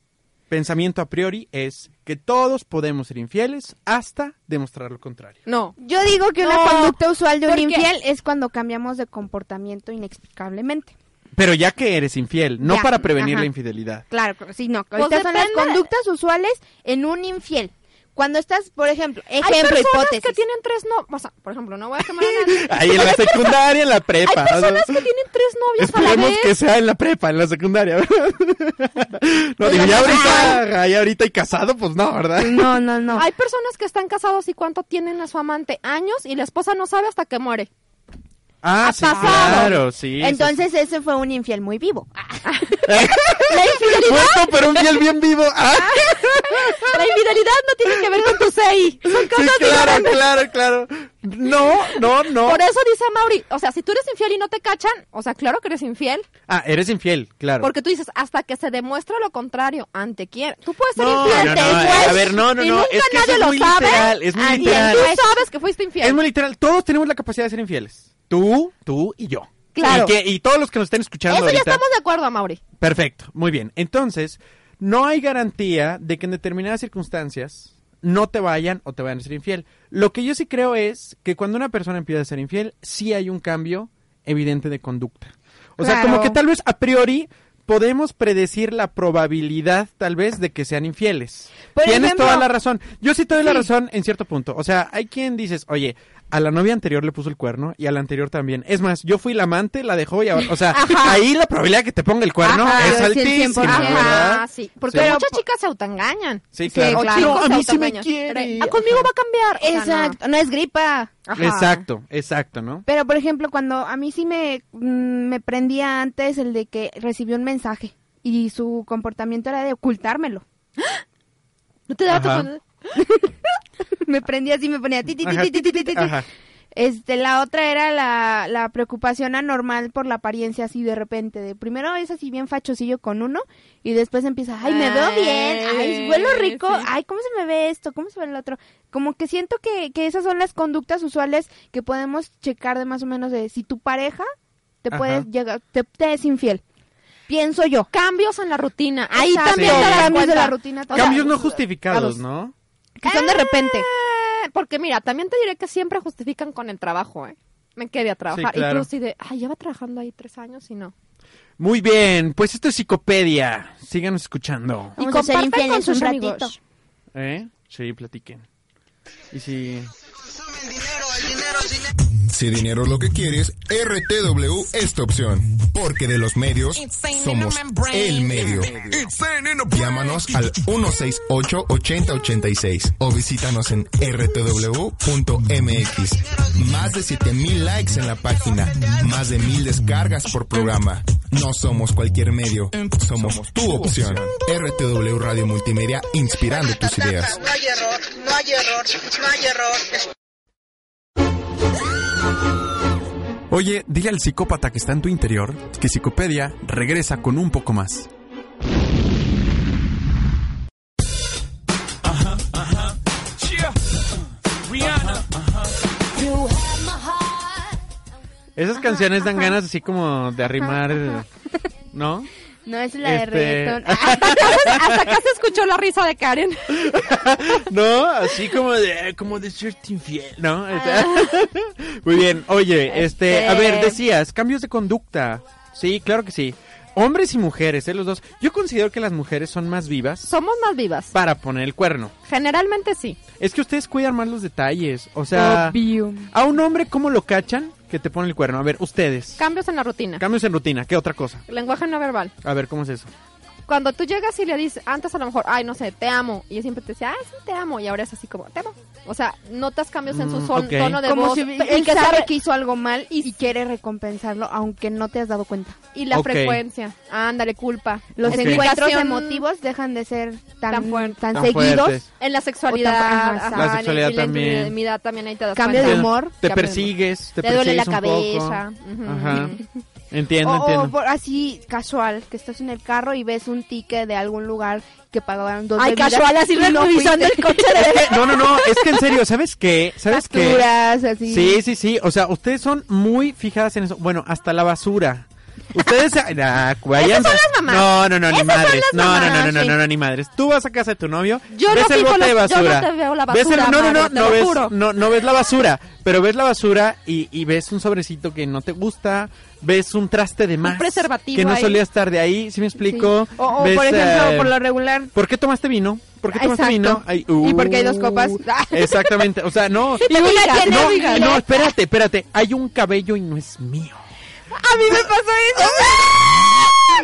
pensamiento a priori es que todos podemos ser infieles hasta demostrar lo contrario. No, Yo digo que una No, conducta usual de ¿por un qué? infiel es cuando cambiamos de comportamiento inexplicablemente. Pero ya que eres infiel, no Ya, para prevenir ajá. la infidelidad. Claro, claro, sí, no. Pues Estas son las depende. conductas usuales en un infiel. Cuando estás, por ejemplo, hay ejemplo, personas hipótesis. que tienen tres novias. O sea, por ejemplo, no voy a quemar a nadie. Ahí en la secundaria, en la Hay prepa. o sea, personas que tienen tres novias a la Esperemos vez. que sea en la prepa, en la secundaria. ¿verdad? Pues no, digo, ya ahorita, ya ahorita y casado, pues no, ¿verdad? No, no, no. Hay personas que están casados y cuánto tienen a su amante años y la esposa no sabe hasta que muere. Ha Ah, pasado. sí. Entonces ese fue un infiel muy vivo. La infidelidad, Muerto, pero un fiel bien vivo. Ah, la infidelidad no tiene que ver con tu CI. Son sí, cosas claro, diferentes. claro, claro. No, no, no. Por eso dice Mauri, o sea, si tú eres infiel y no te cachan, o sea, claro que eres infiel, Ah, eres infiel, claro. porque tú dices, hasta que se demuestra lo contrario, ¿ante quién? Tú puedes ser No, infiel, no, te no, encuentras a ver, no, no, y no, nunca es que eso nadie es lo muy sabe, Ah, literal, es muy y literal. tú sabes que fuiste infiel. Es muy literal, todos tenemos la capacidad de ser infieles. Tú, tú y yo. Claro. Y, que- y todos los que nos estén escuchando Eso ya ahorita. estamos de acuerdo, Mauri. Perfecto, muy bien. Entonces, no hay garantía de que en determinadas circunstancias no te vayan o te vayan a ser infiel. Lo que yo sí creo es que cuando una persona empieza a ser infiel, sí hay un cambio evidente de conducta. O sea, como Claro. que tal vez a priori podemos predecir la probabilidad tal vez de que sean infieles. Por Tienes ejemplo- toda la razón. Yo sí te doy la Sí. razón en cierto punto. O sea, hay quien dices, oye, a la novia anterior le puso el cuerno y a la anterior también. Es más, yo fui la amante, la dejó y ahora, o sea, ahí la probabilidad de que te ponga el cuerno es Ajá, yo sí, el altísima, 100%. ¿verdad? Ajá, sí. Porque Sí. muchas chicas se autoengañan. Sí, claro. O claro. chicos No, a se mí sí me autoengañan. quiere. Ah, conmigo va a cambiar. O sea, Exacto, no es gripa. no. Ajá. Exacto, exacto, ¿no? Pero por ejemplo, cuando a mí sí me, mm, me prendía antes el de que recibió un mensaje y su comportamiento era de ocultármelo. No te daba tu Ajá. cuenta? me prendía así, me ponía ti, ti, ti, Ajá, ti, ti, ti, ti, ti. Ajá. Este, la otra era la, la preocupación anormal por la apariencia así de repente, de primero es así bien fachosillo con uno y después empieza, ay, me veo bien, ay, huelo rico, Sí. ay, ¿cómo se me ve esto? ¿Cómo se ve el otro? Como que siento que, que esas son las conductas usuales que podemos checar de más o menos de si tu pareja te te Ajá. puedes llegar, te, te es infiel. Pienso yo. Cambios en la rutina. Ahí Exacto, también te das cambios de la cuenta. rutina. también. Cambios no justificados, ¿no? Que son de repente. Eh, Porque mira, también te diré que siempre justifican con el trabajo, ¿eh? Me quedé a trabajar. claro. Incluso y de, ay, lleva trabajando ahí tres años y no. Muy bien, pues esto es Psicopedia. Síganos escuchando. Vamos a ser compartan con infieles un sus ratito. amigos. ¿Eh? Sí, platiquen. Y si... Si dinero es lo que quieres, RTW es tu opción. Porque de los medios, somos el medio. Llámanos al 168-8086 o visítanos en rtw.mx. Más de 7000 likes en la página, más de 1000 descargas por programa. No somos cualquier medio, somos tu opción. RTW Radio Multimedia, inspirando tus ideas. No hay error, no hay error, no hay error. Oye, dile al psicópata que está en tu interior que Psicopedia regresa con un poco más. Esas canciones dan ganas así como de arrimar, ¿no? No es la Este- de reggaetón. Hasta acá se escuchó la risa de Karen. No, así como de, como de serte infiel, ¿no? Muy bien, oye, este, a ver, decías, cambios de conducta. Sí, claro que sí. Hombres y mujeres, ¿eh? Los dos. Yo considero que las mujeres son más vivas Somos más vivas. para poner el cuerno. Generalmente sí. Es que ustedes cuidan más los detalles, o sea... A un hombre, ¿cómo lo cachan que te pone el cuerno? A ver, ustedes. Cambios en la rutina. Cambios en rutina, ¿qué otra cosa? Lenguaje no verbal. A ver, ¿cómo es eso? Cuando tú llegas y le dices, antes a lo mejor, ay, no sé, te amo. Y ella siempre te decía, ay, sí, te amo. Y ahora es así como, te amo. O sea, notas cambios en su Mm, son- ok. tono de Como voz. si pe- él sabe que hizo algo mal y, quiere recompensarlo, aunque no te has dado cuenta. Y la Ok. frecuencia. Ándale, culpa. Los Ok. encuentros Explicación emotivos dejan de ser tan, Tan tan, fuertes. Tan seguidos. fuertes. En la sexualidad. ajá, ajá, La en- sexualidad en la también. intimidad también ahí te das Cambio cuenta. de humor. Te Cambios. persigues, te Te duele la persigues un poco. cabeza. Ujú. Ajá. Entiendo, o, entiendo. o Oh, por- así casual, que estás en el carro y ves un ticket de algún lugar que pagaban dos Ay, bebidas casual, así y no revisando fuiste. el coche de Es que- no, no, no, es que en serio, ¿sabes qué? ¿Sabes qué? Facturas, así. Sí, sí, sí, o sea, ustedes son muy fijadas en eso. Bueno, hasta la basura. Ustedes, nah, vayan. son las mamás. No, no, no, ni Esas son madres. las No, no, mamás, no, no, no, sí. no, no, ni madres. Tú vas a casa de tu novio, Yo ves no el fijo bote de los- yo no basura. te veo la Ves el- basura, no, no, no, madre, te no lo ves, juro. no, no ves la basura, pero ves la basura y, y ves un sobrecito que no te gusta, ves un traste de más preservativo que no ahí. solía estar de ahí, ¿sí me explico? O, o, Ves, por eh, ejemplo, por lo regular, ¿Por qué tomaste vino? ¿Por qué tomaste Exacto. vino? Ay, Y porque hay dos uh, copas. Exactamente. O sea, no. Y una tiene no, bigote. no, espérate, espérate. Hay un cabello y no es mío. A mí me pasó eso.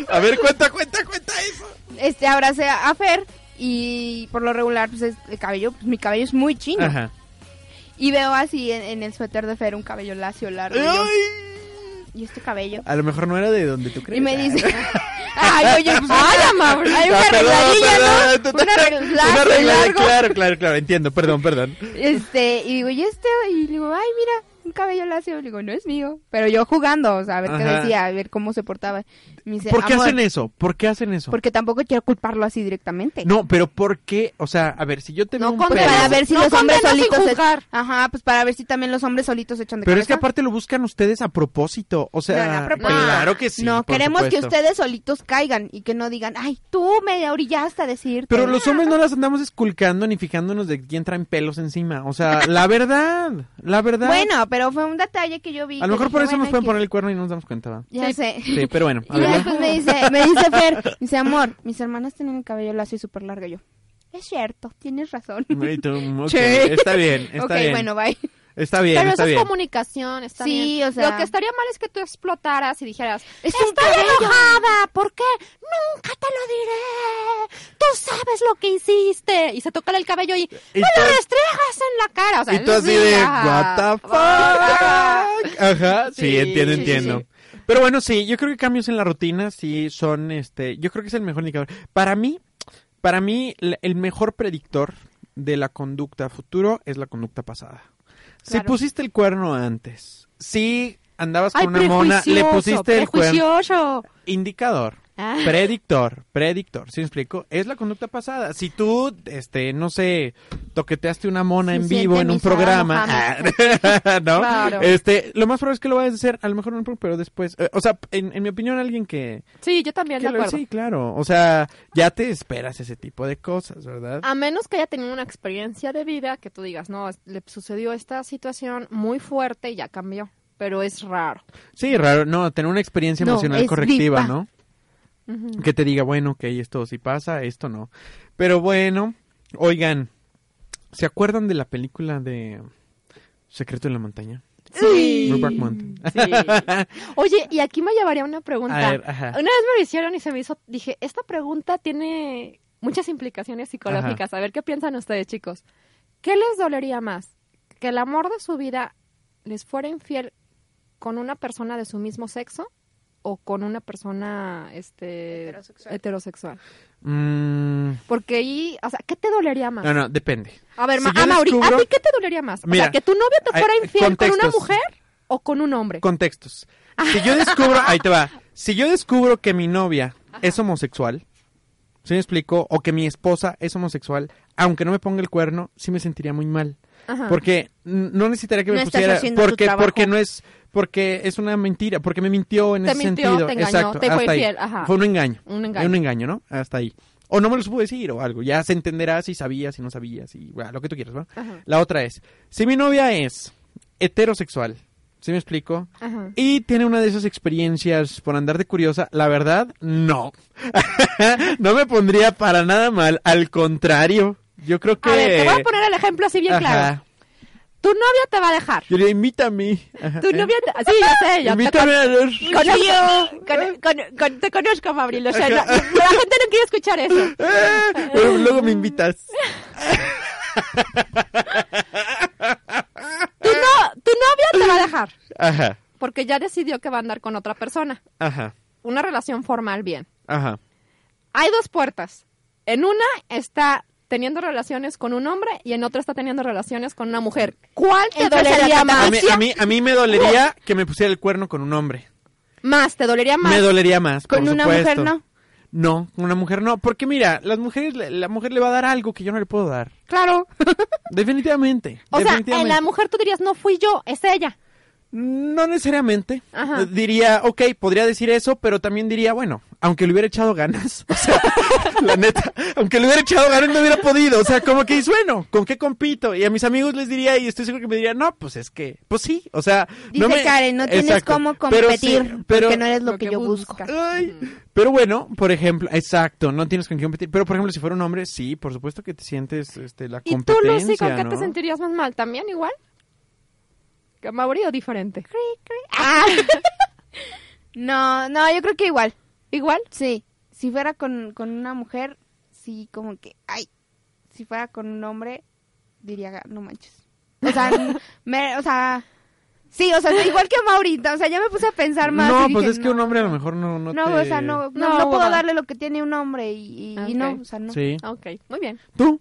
A ver, cuenta, cuenta, cuenta eso. Este, abracé a Fer y por lo regular, pues es el cabello, pues, mi cabello es muy chino. Ajá. Y veo así en, en el suéter de Fer un cabello lacio, largo. Y, yo, Ay. "¿Y este cabello. A lo mejor no era de donde tú crees. Y me dice, ay, oye, pues, Ay, amable. Ah, hay una perdón, arregladilla, perdón, ¿no? tú- Una arregladilla, Una arreglada, largo. claro, claro, claro. Entiendo, perdón, perdón. Este, y digo, ¿y este? Y digo, ay, mira, un cabello lacio. Le digo, no es mío. Pero yo jugando, o sea, a ver qué Ajá. decía, a ver cómo se portaba. Me dice, ¿Por qué "Amor, hacen eso? ¿Por qué hacen eso? Porque tampoco quiero culparlo así directamente. No, pero ¿por qué? O sea, a ver, si yo te No veo un condenas. pelo- Para ver si No los hombres condenas sin solitos. se- juzgar. Ajá, pues para ver si también los hombres solitos se echan de Pero es cabeza. que aparte lo buscan ustedes a propósito, o sea, No, no, a propósito. claro que sí. no, por queremos supuesto. que ustedes solitos caigan y que no digan, ay, tú me orillaste a decirte. Pero los hombres no las andamos esculcando ni fijándonos de quién traen pelos encima, o sea, la verdad, la verdad. Bueno, pero fue un detalle que yo vi. a que lo mejor dije, por eso bueno, nos pueden aquí- poner el cuerno y no nos damos cuenta. ¿va? Ya sé. Sí, pero bueno, a Y ya ver. después me dice, me dice Fer, me dice, amor, mis hermanas tienen el cabello lacio y súper largo. Y Yo, es cierto, tienes razón. Y tú, ok, Sí. Está bien, está ok, bien. bueno, bye. Está bien, Pero está eso es bien. comunicación, está Sí, bien. o sea- Lo que estaría mal es que tú explotaras y dijeras, Es un estoy cabello". enojada, ¿por qué? Nunca te lo diré. Tú sabes lo que hiciste. Y se toca el cabello y, me tú- lo restregas en la cara. O sea, Y tú así de, what relaja. the fuck. Ajá, sí, Sí, entiendo, sí, sí, entiendo. Pero bueno, sí, yo creo que cambios en la rutina sí son, este, yo creo que es el mejor indicador. Para mí, para mí, l- el mejor predictor de la conducta futuro es la conducta pasada. Si Claro. pusiste el cuerno antes, si andabas con Ay, una mona, le prejuicioso, pusiste el cuerno. prejuicioso. Indicador. Ah. Predictor, predictor, ¿sí me explico? Es la conducta pasada. Si tú, este, no sé, toqueteaste una mona Me en vivo en siento un envidiada, programa, Mohamed. Ah, ¿no? Claro. Este, lo más probable es que lo vayas a hacer, a lo mejor no, pero después, eh, o sea, en, en mi opinión alguien que, Sí, yo también, que de lo- acuerdo. sí, claro, o sea, ya te esperas ese tipo de cosas, ¿verdad? A menos que haya tenido una experiencia de vida que tú digas, no, es- le sucedió esta situación muy fuerte y ya cambió. Pero es raro. Sí, raro, no, tener una experiencia No, emocional es correctiva, vipa. ¿no? Que te diga, bueno, ok, esto sí pasa, esto no. Pero bueno, oigan, ¿se acuerdan de la película de Secreto en la Montaña? Sí. Brokeback Mountain. Oye, y aquí me llevaría una pregunta. A ver, ajá. Una vez me lo hicieron y se me hizo, dije, esta pregunta tiene muchas implicaciones psicológicas. A ver qué piensan ustedes, chicos. ¿Qué les dolería más? ¿Que el amor de su vida les fuera infiel con una persona de su mismo sexo o con una persona este Heterosexual. heterosexual? Mm, Porque ahí, o sea, ¿qué te dolería más? no, no, depende. A ver, Si ma- yo a Mauri, descubro- ¿a ti qué te dolería más? o Mira, sea, que tu novio te hay- fuera infiel con contextos. una mujer o con un hombre. Contextos. Si yo descubro, ahí te va. Si yo descubro que mi novia es homosexual, ¿sí me explico? O que mi esposa es homosexual, aunque no me ponga el cuerno, sí me sentiría muy mal. Ajá. Porque n- no necesitaría que me No estás pusiera haciendo tu porque trabajo. porque no es porque es una mentira, porque me mintió en Te ese mintió, sentido. te engañó, Exacto, te fue hasta ahí. infiel, ajá. Fue un engaño. Un engaño. Un engaño, ¿no? Hasta ahí. O no me lo supo decir o algo. Ya se entenderá si sabía, si no sabía, si bueno, lo que tú quieras, ¿no? Ajá. La otra es, si mi novia es heterosexual, ¿sí me explico? Ajá. Y tiene una de esas experiencias por andar de curiosa, la verdad, no. no me pondría para nada mal, al contrario. Yo creo que... A ver, te voy a poner el ejemplo así bien Ajá. claro. Tu novia te va a dejar. Yo le digo, invítame. Ajá. Tu ¿Eh? novia te... Sí, ya sé. Yo te, Invítame a los... conozco, con- con- con- te conozco, Fabril. O sea, no- la gente no quiere escuchar eso. Eh, pero luego me invitas. Tu, Eh. no, tu novia te va a dejar. Ajá, Porque ya decidió que va a andar con otra persona. ajá, Una relación formal, bien. ajá. Hay dos puertas. En una está teniendo relaciones con un hombre y en otra está teniendo relaciones con una mujer. ¿Cuál te Entonces, dolería la más? A mí, a, mí, a mí me dolería que me pusiera el cuerno con un hombre. Más, te dolería más. Me dolería más. Con por una supuesto. mujer no. No, con una mujer no. Porque mira, las mujeres, le- la mujer le va a dar algo que yo no le puedo dar. Claro. Definitivamente. O sea, definitivamente. en la mujer tú dirías, no fui yo, es ella. No necesariamente. Ajá. Eh, Diría, ok, podría decir eso, pero también diría, bueno, aunque le hubiera echado ganas. O sea, la neta, aunque le hubiera echado ganas no hubiera podido. O sea, como que dices, bueno, ¿con qué compito? Y a mis amigos les diría, y estoy seguro que me dirían, no, pues es que, pues sí, o sea. Dice no me... Karen, no tienes Exacto. cómo Pero competir sí, pero- porque no eres lo, lo que, que yo busca. busco. Ay, Pero bueno, por ejemplo, exacto, no tienes con qué competir. Pero por ejemplo, si fuera un hombre, sí, por supuesto que te sientes este, la ¿Y tú, competencia. Lucy, con qué te ¿no? sentirías más mal? ¿También igual? ¿Que Mauri o diferente? No, no, yo creo que igual. ¿Igual? Sí, si fuera con, con una mujer, sí, como que, ay, si fuera con un hombre, diría, no manches. O sea, n- me- o sea, sí, o sea, igual que Maurita, o sea, ya me puse a pensar más. No, y pues dije, es que un hombre a lo mejor no. No, No, te- o sea, no, no, No, no puedo hueva. darle lo que tiene un hombre y, y- y no, Ok. o sea, no. Sí. Ok, muy bien. ¿Tú?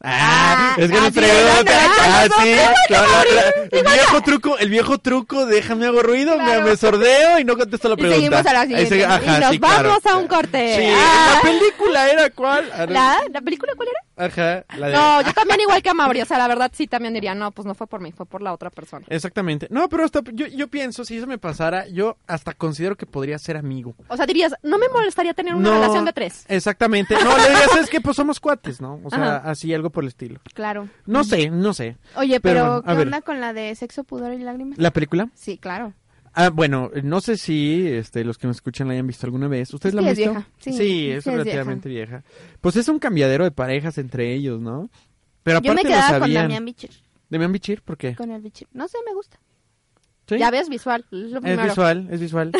Ah, Ah, es que me así de pregunta. grande, Ah, ¿verdad? sí. la- la- la- el viejo truco, el viejo truco, déjame hago ruido, me- Claro. me, sordeo y no contesto la seguimos pregunta. a la Ahí siguiente. se- ajá, y nos sí, claro. vamos a un corte. Sí, Ah, la película era cuál? Ah, no. ¿La, la película cuál era? Ajá, la de- No, yo también igual que Mauri. O sea, la verdad sí también diría, no, pues no fue por mí, fue por la otra persona. Exactamente. No, pero hasta yo, yo pienso, si eso me pasara, yo hasta considero que podría ser amigo. O sea, dirías, no me molestaría tener una No, relación de tres. Exactamente. No, le diría, ¿sabes qué? Pues somos cuates, ¿no? O sea, Ajá. así algo por el estilo. Claro. No sé, no sé. Oye, Pero bueno, pero, a ¿qué ver. onda con la de sexo, pudor y lágrimas? ¿La película? Sí, claro. Ah, bueno, no sé si este, los que nos escuchan la hayan visto alguna vez. ¿Ustedes Sí, la han es visto? vieja. Sí, Sí, es sí es relativamente vieja. Pues es un cambiadero de parejas entre ellos, ¿no? Pero Yo aparte me lo quedaba con sabían. Damián Bichir, Damián Bichir, ¿por qué? con el Bichir. No sé, me gusta. ¿Sí? Ya ves, visual. es Lo Es primero. visual, es visual.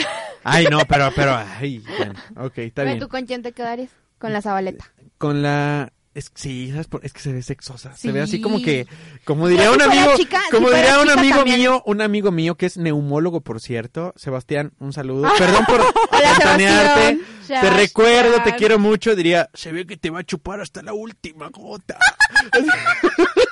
Ay, no, pero, pero, ay, bueno, ok, está Oye, bien. ¿Tú con quién te quedarías? Con la Zabaleta. Con la... Es, sí, ¿sabes por- es que se ve sexosa. Se Sí. ve así como que... Como diría si un fuera amigo... chica- si como fuera diría un chica amigo también. mío, un amigo mío que es neumólogo, por cierto. Sebastián, un saludo. Perdón por ventanearte. Sebastián. Te recuerdo, te Sebastián. quiero mucho. Diría, se ve que te va a chupar hasta la última gota.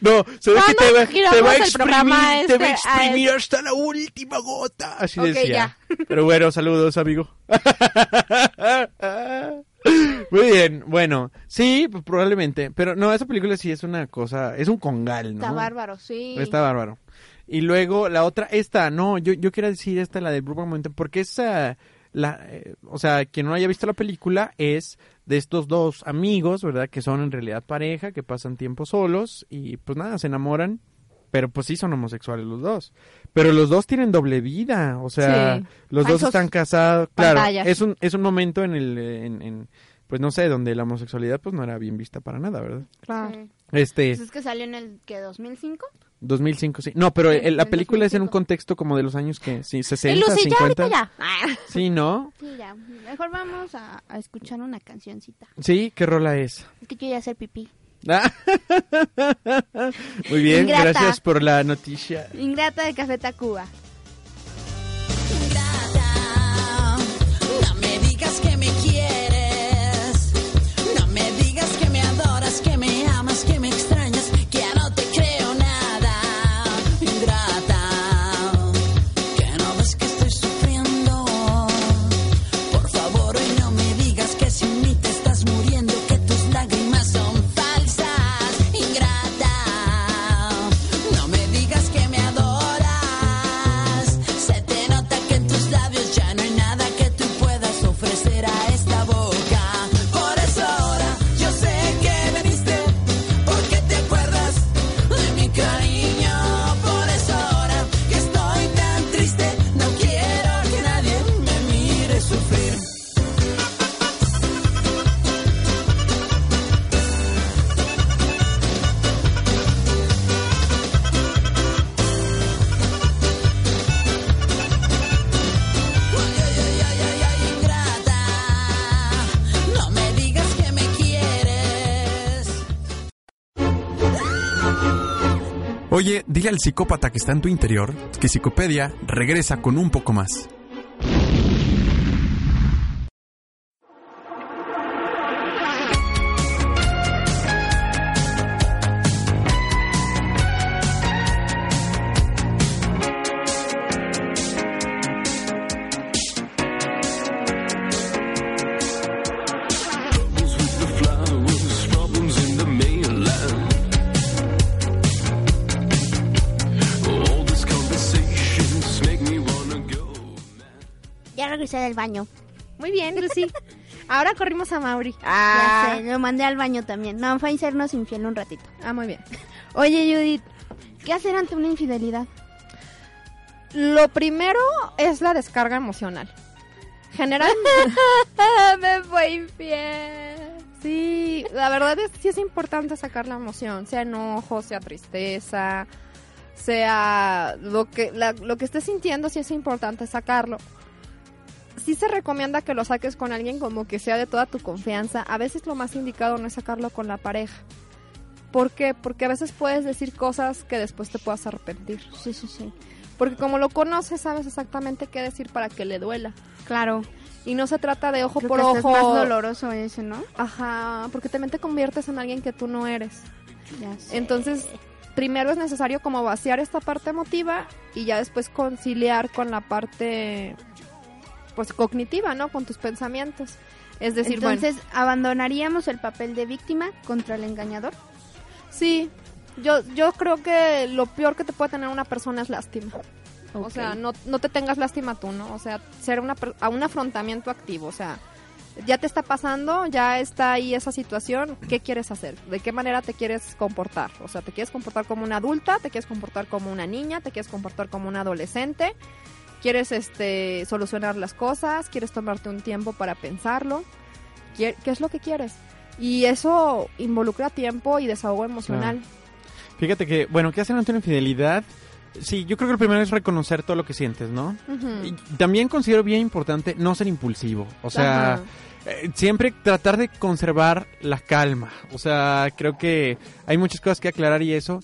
No, se ve que te va, Vamos, te va a giramos el exprimir, programa te va este a a- exprimir hasta la última gota. Así Ok, decía. Pero bueno, saludos, amigo. Muy bien, bueno, sí, pues probablemente, pero no, esa película sí es una cosa, es un congal, ¿no? Está bárbaro, sí. Pues Está bárbaro. Y luego la otra, esta, no, yo, yo quiero decir esta, la de Brokeback Mountain, porque esa, la, eh, o sea, quien no haya visto la película es de estos dos amigos, ¿verdad? Que son en realidad pareja, que pasan tiempo solos y pues nada, se enamoran, pero pues sí son homosexuales los dos. Pero los dos tienen doble vida, o sea, Sí. los dos Falsos están casados, claro, pantallas. es un, es un momento en el, eh, en, en, pues no sé, donde la homosexualidad pues no era bien vista para nada, ¿verdad? Sí. Este... Pues es que salió en el que 2005. 2005, sí. No, pero Sí, el- la del película es en un 2005. contexto como de los años que, sí, 60, y Lucy, 50. ya ahorita ya. Ah, Sí, ¿no? Sí, ya. Mejor vamos a, a escuchar una cancioncita. Sí, ¿qué rola es? Es que yo ya hacer pipí. Ah. Muy bien, Ingrata. gracias por la noticia. Ingrata de Café Tacuba. No me digas que me quieres, no me digas que me adoras, que me amas, que me extrañas, que ya no te creo nada, ingrata. Que no ves que estoy sufriendo. Por favor, hoy no me digas que sin mí te estás muriendo, que tus lágrimas son falsas, ingrata. No me digas que me adoras. Se te nota que en tus labios ya no hay nada que tú puedas ofrecer a esta boca. Por eso ahora yo sé que veniste, porque te acuerdas de mi cariño. Por eso ahora que estoy tan triste, no quiero que nadie me mire sufrir. Ingrata, no me digas que me quieres. Oye, dile al psicópata que está en tu interior que Psicopedia regresa con un poco más. Ya regresé del baño. Muy bien, Lucy. Ahora corrimos a Mauri. Ya sé, lo mandé al baño también. No, fue a hacernos infiel un ratito. Ah, muy bien. Oye, Judith, ¿qué hacer ante una infidelidad? Lo primero es la descarga emocional. General. Me fue infiel. Sí, la verdad es que sí es importante sacar la emoción, sea enojo, sea tristeza, sea lo que la- lo que estés sintiendo, sí es importante sacarlo. Sí se recomienda que lo saques con alguien como que sea de toda tu confianza. A veces lo más indicado no es sacarlo con la pareja. ¿Por qué? Porque a veces puedes decir cosas que después te puedas arrepentir. Sí, sí, sí. Porque como lo conoces, sabes exactamente qué decir para que le duela. Claro. Y no se trata de ojo Creo por que hasta ojo. Es más doloroso eso, ¿no? Ajá, porque también te conviertes en alguien que tú no eres. Ya sé. Entonces, primero es necesario como vaciar esta parte emotiva y ya después conciliar con la parte pues cognitiva, ¿no? Con tus pensamientos. Es decir, Entonces, ¿abandonaríamos el papel de víctima contra el engañador? bueno, sí. Yo yo creo que lo peor que te puede tener una persona es lástima. O Ok. sea, no, no te tengas lástima tú, ¿no? O sea, ser una per- a un afrontamiento activo, o sea, ya te está pasando, ya está ahí esa situación, ¿qué quieres hacer? ¿De qué manera te quieres comportar? O sea, ¿te quieres comportar como una adulta? ¿Te quieres comportar como una niña? ¿Te quieres comportar como una adolescente? ¿Quieres este solucionar las cosas? ¿Quieres tomarte un tiempo para pensarlo? ¿Quie- ¿Qué es lo que quieres? Y eso involucra tiempo y desahogo emocional. Fíjate que, bueno, ¿qué hacen ante una infidelidad? Sí, yo creo que lo primero es reconocer todo lo que sientes, ¿no? Mm. Ujú. Y también considero bien importante no ser impulsivo, o sea, Ajá. eh, siempre tratar de conservar la calma, o sea, creo que hay muchas cosas que aclarar y eso.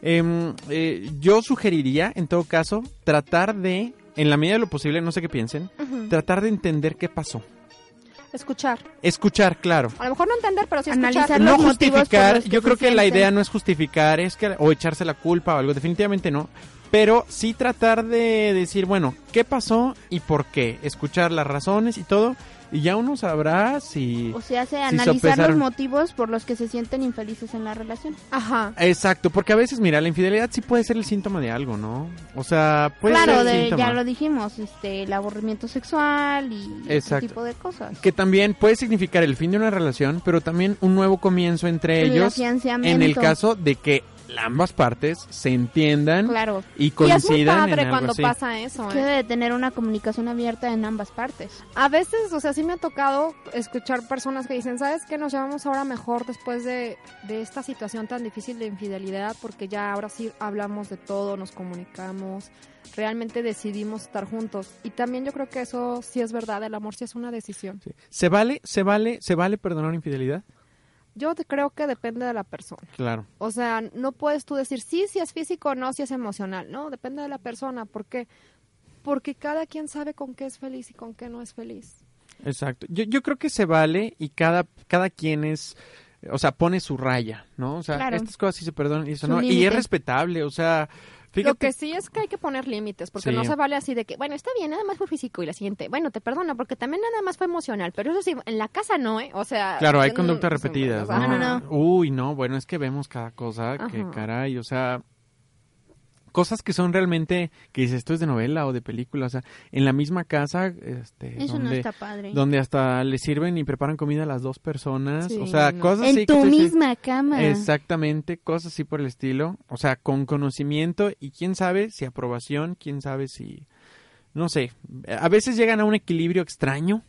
Em, eh, yo sugeriría, en todo caso, tratar de, en la medida de lo posible, no sé qué piensen, Ujú. tratar de entender qué pasó. Escuchar. Escuchar, claro. A lo mejor no entender, pero sí escuchar. Analizar no los motivos por justificar, los que yo se creo que la sienten. idea no es justificar, es que o echarse la culpa o algo, definitivamente no, pero sí tratar de decir, bueno, ¿qué pasó y por qué? Escuchar las razones y todo Y ya uno sabrá si... O sea, hace analizar los sopesaron. motivos por los que se sienten infelices en la relación. Ajá. Exacto, porque a veces, mira, la infidelidad sí puede ser el síntoma de algo, ¿no? O sea, puede claro, ser el de- síntoma. ya lo dijimos, este, el aburrimiento sexual y ese Exacto. tipo de cosas. Que también puede significar el fin de una relación, pero también un nuevo comienzo entre ellos. En afianzamiento. el caso de que ambas partes se entiendan Claro. y Y es muy coincidan en padre algo cuando así. pasa eso. Es ¿eh? que debe tener una comunicación abierta en ambas partes. A veces, o sea, sí me ha tocado escuchar personas que dicen, ¿sabes qué? Nos llevamos ahora mejor después de, de esta situación tan difícil de infidelidad porque ya ahora sí hablamos de todo, nos comunicamos, realmente decidimos estar juntos. Y también yo creo que eso sí es verdad, el amor sí es una decisión. Sí. ¿Se vale, se vale, se vale perdonar infidelidad? Yo te- creo que depende de la persona. Claro. O sea, no puedes tú decir sí, si es físico o no, si es emocional. No, depende de la persona. ¿Por qué? Porque cada quien sabe con qué es feliz y con qué no es feliz. Exacto. Yo, yo creo que se vale y cada, cada quien es, o sea, pone su raya, ¿no? O sea, Claro. estas cosas sí se perdonan y eso Su no. Y límite. es respetable, o sea, Lo fíjate. que sí es que hay que poner límites, porque Sí. no se vale así de que, bueno, está bien, nada más fue físico y la siguiente, bueno, te perdono, porque también nada más fue emocional, pero eso sí, en la casa no, ¿eh? O sea... Ah, Claro, hay mm, o conductas sea, repetidas, o sea, ¿no? No, no, Uy, no, bueno, es que vemos cada cosa, que Ajá. caray, o sea, cosas que son realmente, que dices, esto es de novela o de película, o sea, en la misma casa, este, Eso no donde, está padre. donde hasta le sirven y preparan comida a las dos personas, Sí, o sea, no. cosas así en que tú tu dices, misma cama. Exactamente, cosas así por el estilo. O sea, con conocimiento y quién sabe si aprobación, quién sabe si... No sé, a veces llegan a un equilibrio extraño.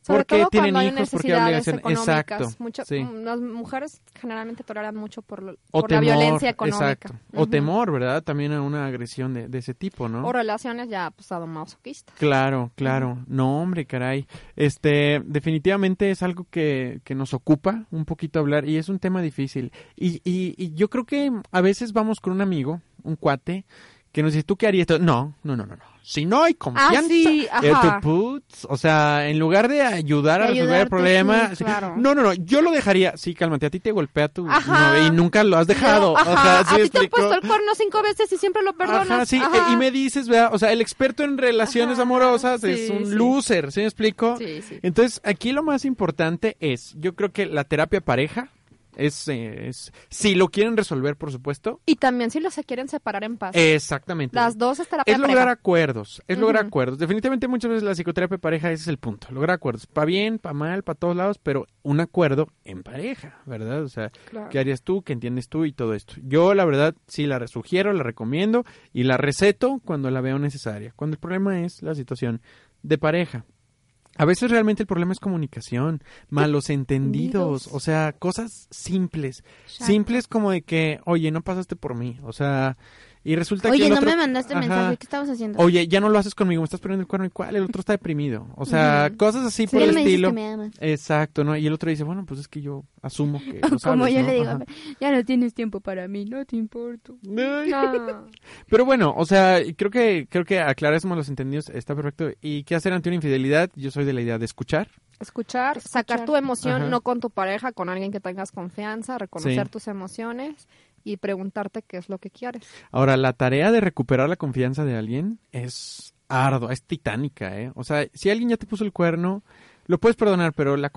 Sobre ¿Por qué todo tienen cuando hay hijos? ¿Por qué necesidades obligación? económicas. Exacto, Mucho- sí. mm, Las mujeres generalmente toleran mucho por, lo- O por la temor, violencia económica. Exacto. O Ujú. temor, ¿verdad? También a una agresión de, de ese tipo, ¿no? O relaciones ya, pues, sadomasoquistas. Claro, claro. No, hombre, caray. Este, definitivamente es algo que, que nos ocupa un poquito hablar y es un tema difícil. Y, y, y yo creo que a veces vamos con un amigo, un cuate, que nos dice, ¿tú qué harías? Tú- No, no, no, no, no. Si no hay confianza, Ah, sí, eh, ajá. tú, putz, o sea, en lugar de ayudar a De resolver el ayudarte, problema, sí, sí, claro. no, no, no, yo lo dejaría. Sí, cálmate, a ti te golpea tu Ajá. novia y nunca lo has dejado. No, ajá, o sea, ¿sí a me ti te han explico? puesto el cuerno cinco veces y siempre lo perdonas. Ajá, sí, Ajá. e- y me dices, ¿verdad? O sea, el experto en relaciones Ajá, amorosas sí, es un sí. loser, ¿sí me explico? Sí, sí. Entonces, aquí lo más importante es, yo creo que la terapia pareja es, eh, es- si lo quieren resolver, por supuesto, Y también si los se quieren separar en paz. exactamente. Las dos es terapia Eh, es lograr pareja. acuerdos, es lograr Ujú. acuerdos. Definitivamente muchas veces la psicoterapia pareja ese es el punto, lograr acuerdos, para bien, para mal, para todos lados, pero un acuerdo en pareja, ¿verdad? O sea, Claro. ¿Qué harías tú? ¿Qué entiendes tú? Y todo esto. Yo, la verdad, sí la sugiero, la recomiendo y la receto cuando la veo necesaria. Cuando el problema es la situación de pareja. A veces realmente el problema es comunicación, malos entendidos, o sea, cosas simples. Simples como de que, oye, no pasaste por mí, o sea, y resulta que. Oye, el no otro- me mandaste Ajá. mensaje. ¿Qué estabas haciendo? Oye, ya no lo haces conmigo, me estás poniendo el cuerno y cuál, el otro está deprimido. O sea, cosas así por Ya el me dices estilo. que me amas. Exacto, ¿no? Y el otro dice, bueno, pues es que yo asumo que. no Como sabes, yo ¿no? le digo, Ajá. ya no tienes tiempo para mí, no te importo. Ay. No. Pero bueno, o sea, creo que creo que aclaremos los entendidos, está perfecto. ¿Y qué hacer ante una infidelidad? Yo soy de la idea de escuchar. Escuchar, sacar tu emoción, Ajá. no con tu pareja, con alguien que tengas confianza, reconocer Sí. tus emociones y preguntarte qué es lo que quieres. Ahora, la tarea de recuperar la confianza de alguien es ardua, es titánica, ¿eh? O sea, si alguien ya te puso el cuerno, lo puedes perdonar, pero la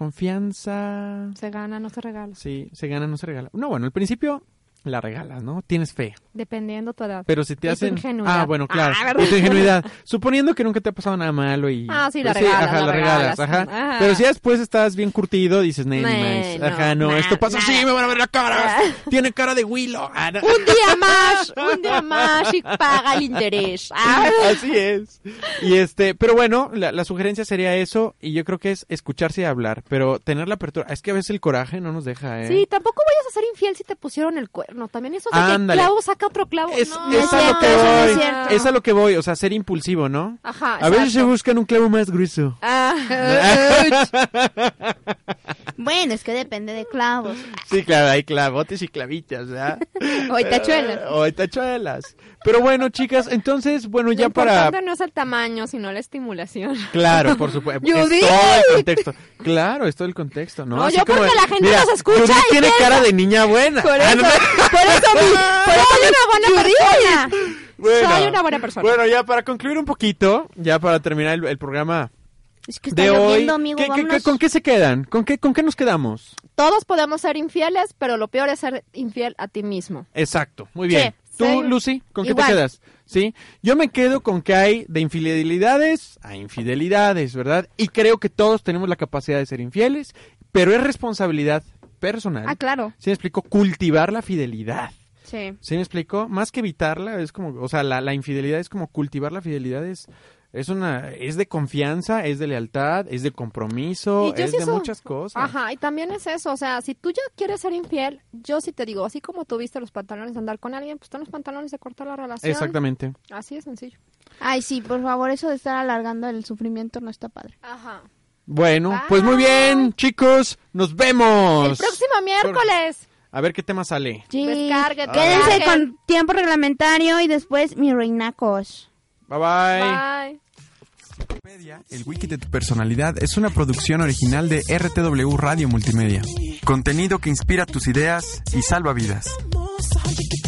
confianza Se gana, no se regala. sí se gana, no se regala. No, bueno, al principio la regalas, ¿no? Tienes fe. Dependiendo tu edad. Pero si te Y tu hacen. ingenuidad. Ah, bueno, claro. Ah, ¿verdad? y tu ingenuidad. Suponiendo que nunca te ha pasado nada malo y. Ah, sí, la Pues regalas, ajá, la la regalas. regalas. Ajá. Ajá. Pero si después estás bien curtido, dices, "Nel, Ne, nice. Ajá, no, no, esto pasa nada. así, me van a ver la cara. Tiene cara de Willow. Ah, no. Un día más, un día más y paga el interés. Ah. Así es. Y este, pero bueno, la, la sugerencia sería eso. Y yo creo que es escucharse y hablar. Pero tener la apertura. Es que a veces el coraje no nos deja, ¿eh? Sí, tampoco vayas a ser infiel si te pusieron el cuerno. También eso de que Ándale. clavo saca otro clavo. Es, no, es a lo que eso no es voy. cierto. es a lo que voy. O sea, ser impulsivo, ¿no? Ajá, a veces se exacto. buscan un clavo más grueso. Ah. Bueno, es que depende de clavos. Sí, claro, hay clavotes y clavitas, ¿verdad? Eh, Hoy tachuelas. O hay tachuelas. Pero bueno, chicas, entonces, bueno, ya lo importante para... no es el tamaño, sino la estimulación. Claro, por supuesto. Es Judith. todo el contexto. Claro, es todo el contexto, ¿no? No, yo porque la gente nos escucha Judith y tiene piensa. cara de niña buena. Por Ah, eso, no, por eso, mi- por eso soy una buena persona. Soy una buena persona. Bueno, ya para concluir un poquito, ya para terminar el, el programa Es que está de hoy. lloviendo, amigo, ¿Qué- qué- qué- vámonos. ¿Con qué se quedan? ¿Con qué, ¿Con qué nos quedamos? Todos podemos ser infieles, pero lo peor es ser infiel a ti mismo. Exacto, muy bien. Sí, ¿Tú, sí. Lucy, con qué Igual. te quedas? ¿Sí? Yo me quedo con que hay de infidelidades a infidelidades, ¿verdad? Y creo que todos tenemos la capacidad de ser infieles, pero es responsabilidad personal. Ah, claro. ¿Sí me explico? Cultivar la fidelidad. Sí. ¿Sí me explico? Más que evitarla, es como, o sea, la, la infidelidad es como cultivar la fidelidad es... Es una, es de confianza, es de lealtad, es de compromiso, Y yo es sí de eso- muchas cosas. Ajá, y también es eso, o sea, si tú ya quieres ser infiel, yo sí te digo, así como tuviste los pantalones de andar con alguien, pues ten los pantalones de cortar la relación. Exactamente. Así de sencillo. Ay, sí, por favor, eso de estar alargando el sufrimiento no está padre. Ajá. Bueno, Bye. pues muy bien, chicos, nos vemos. El próximo miércoles. A ver qué tema sale. Sí. Descargue, Quédense descargue. con tiempo reglamentario y después mi reinacos. Bye bye. Bye. El Wiki de tu personalidad es una producción original de RTW Radio Multimedia. Contenido que inspira tus ideas y salva vidas. hermosa, oye, qué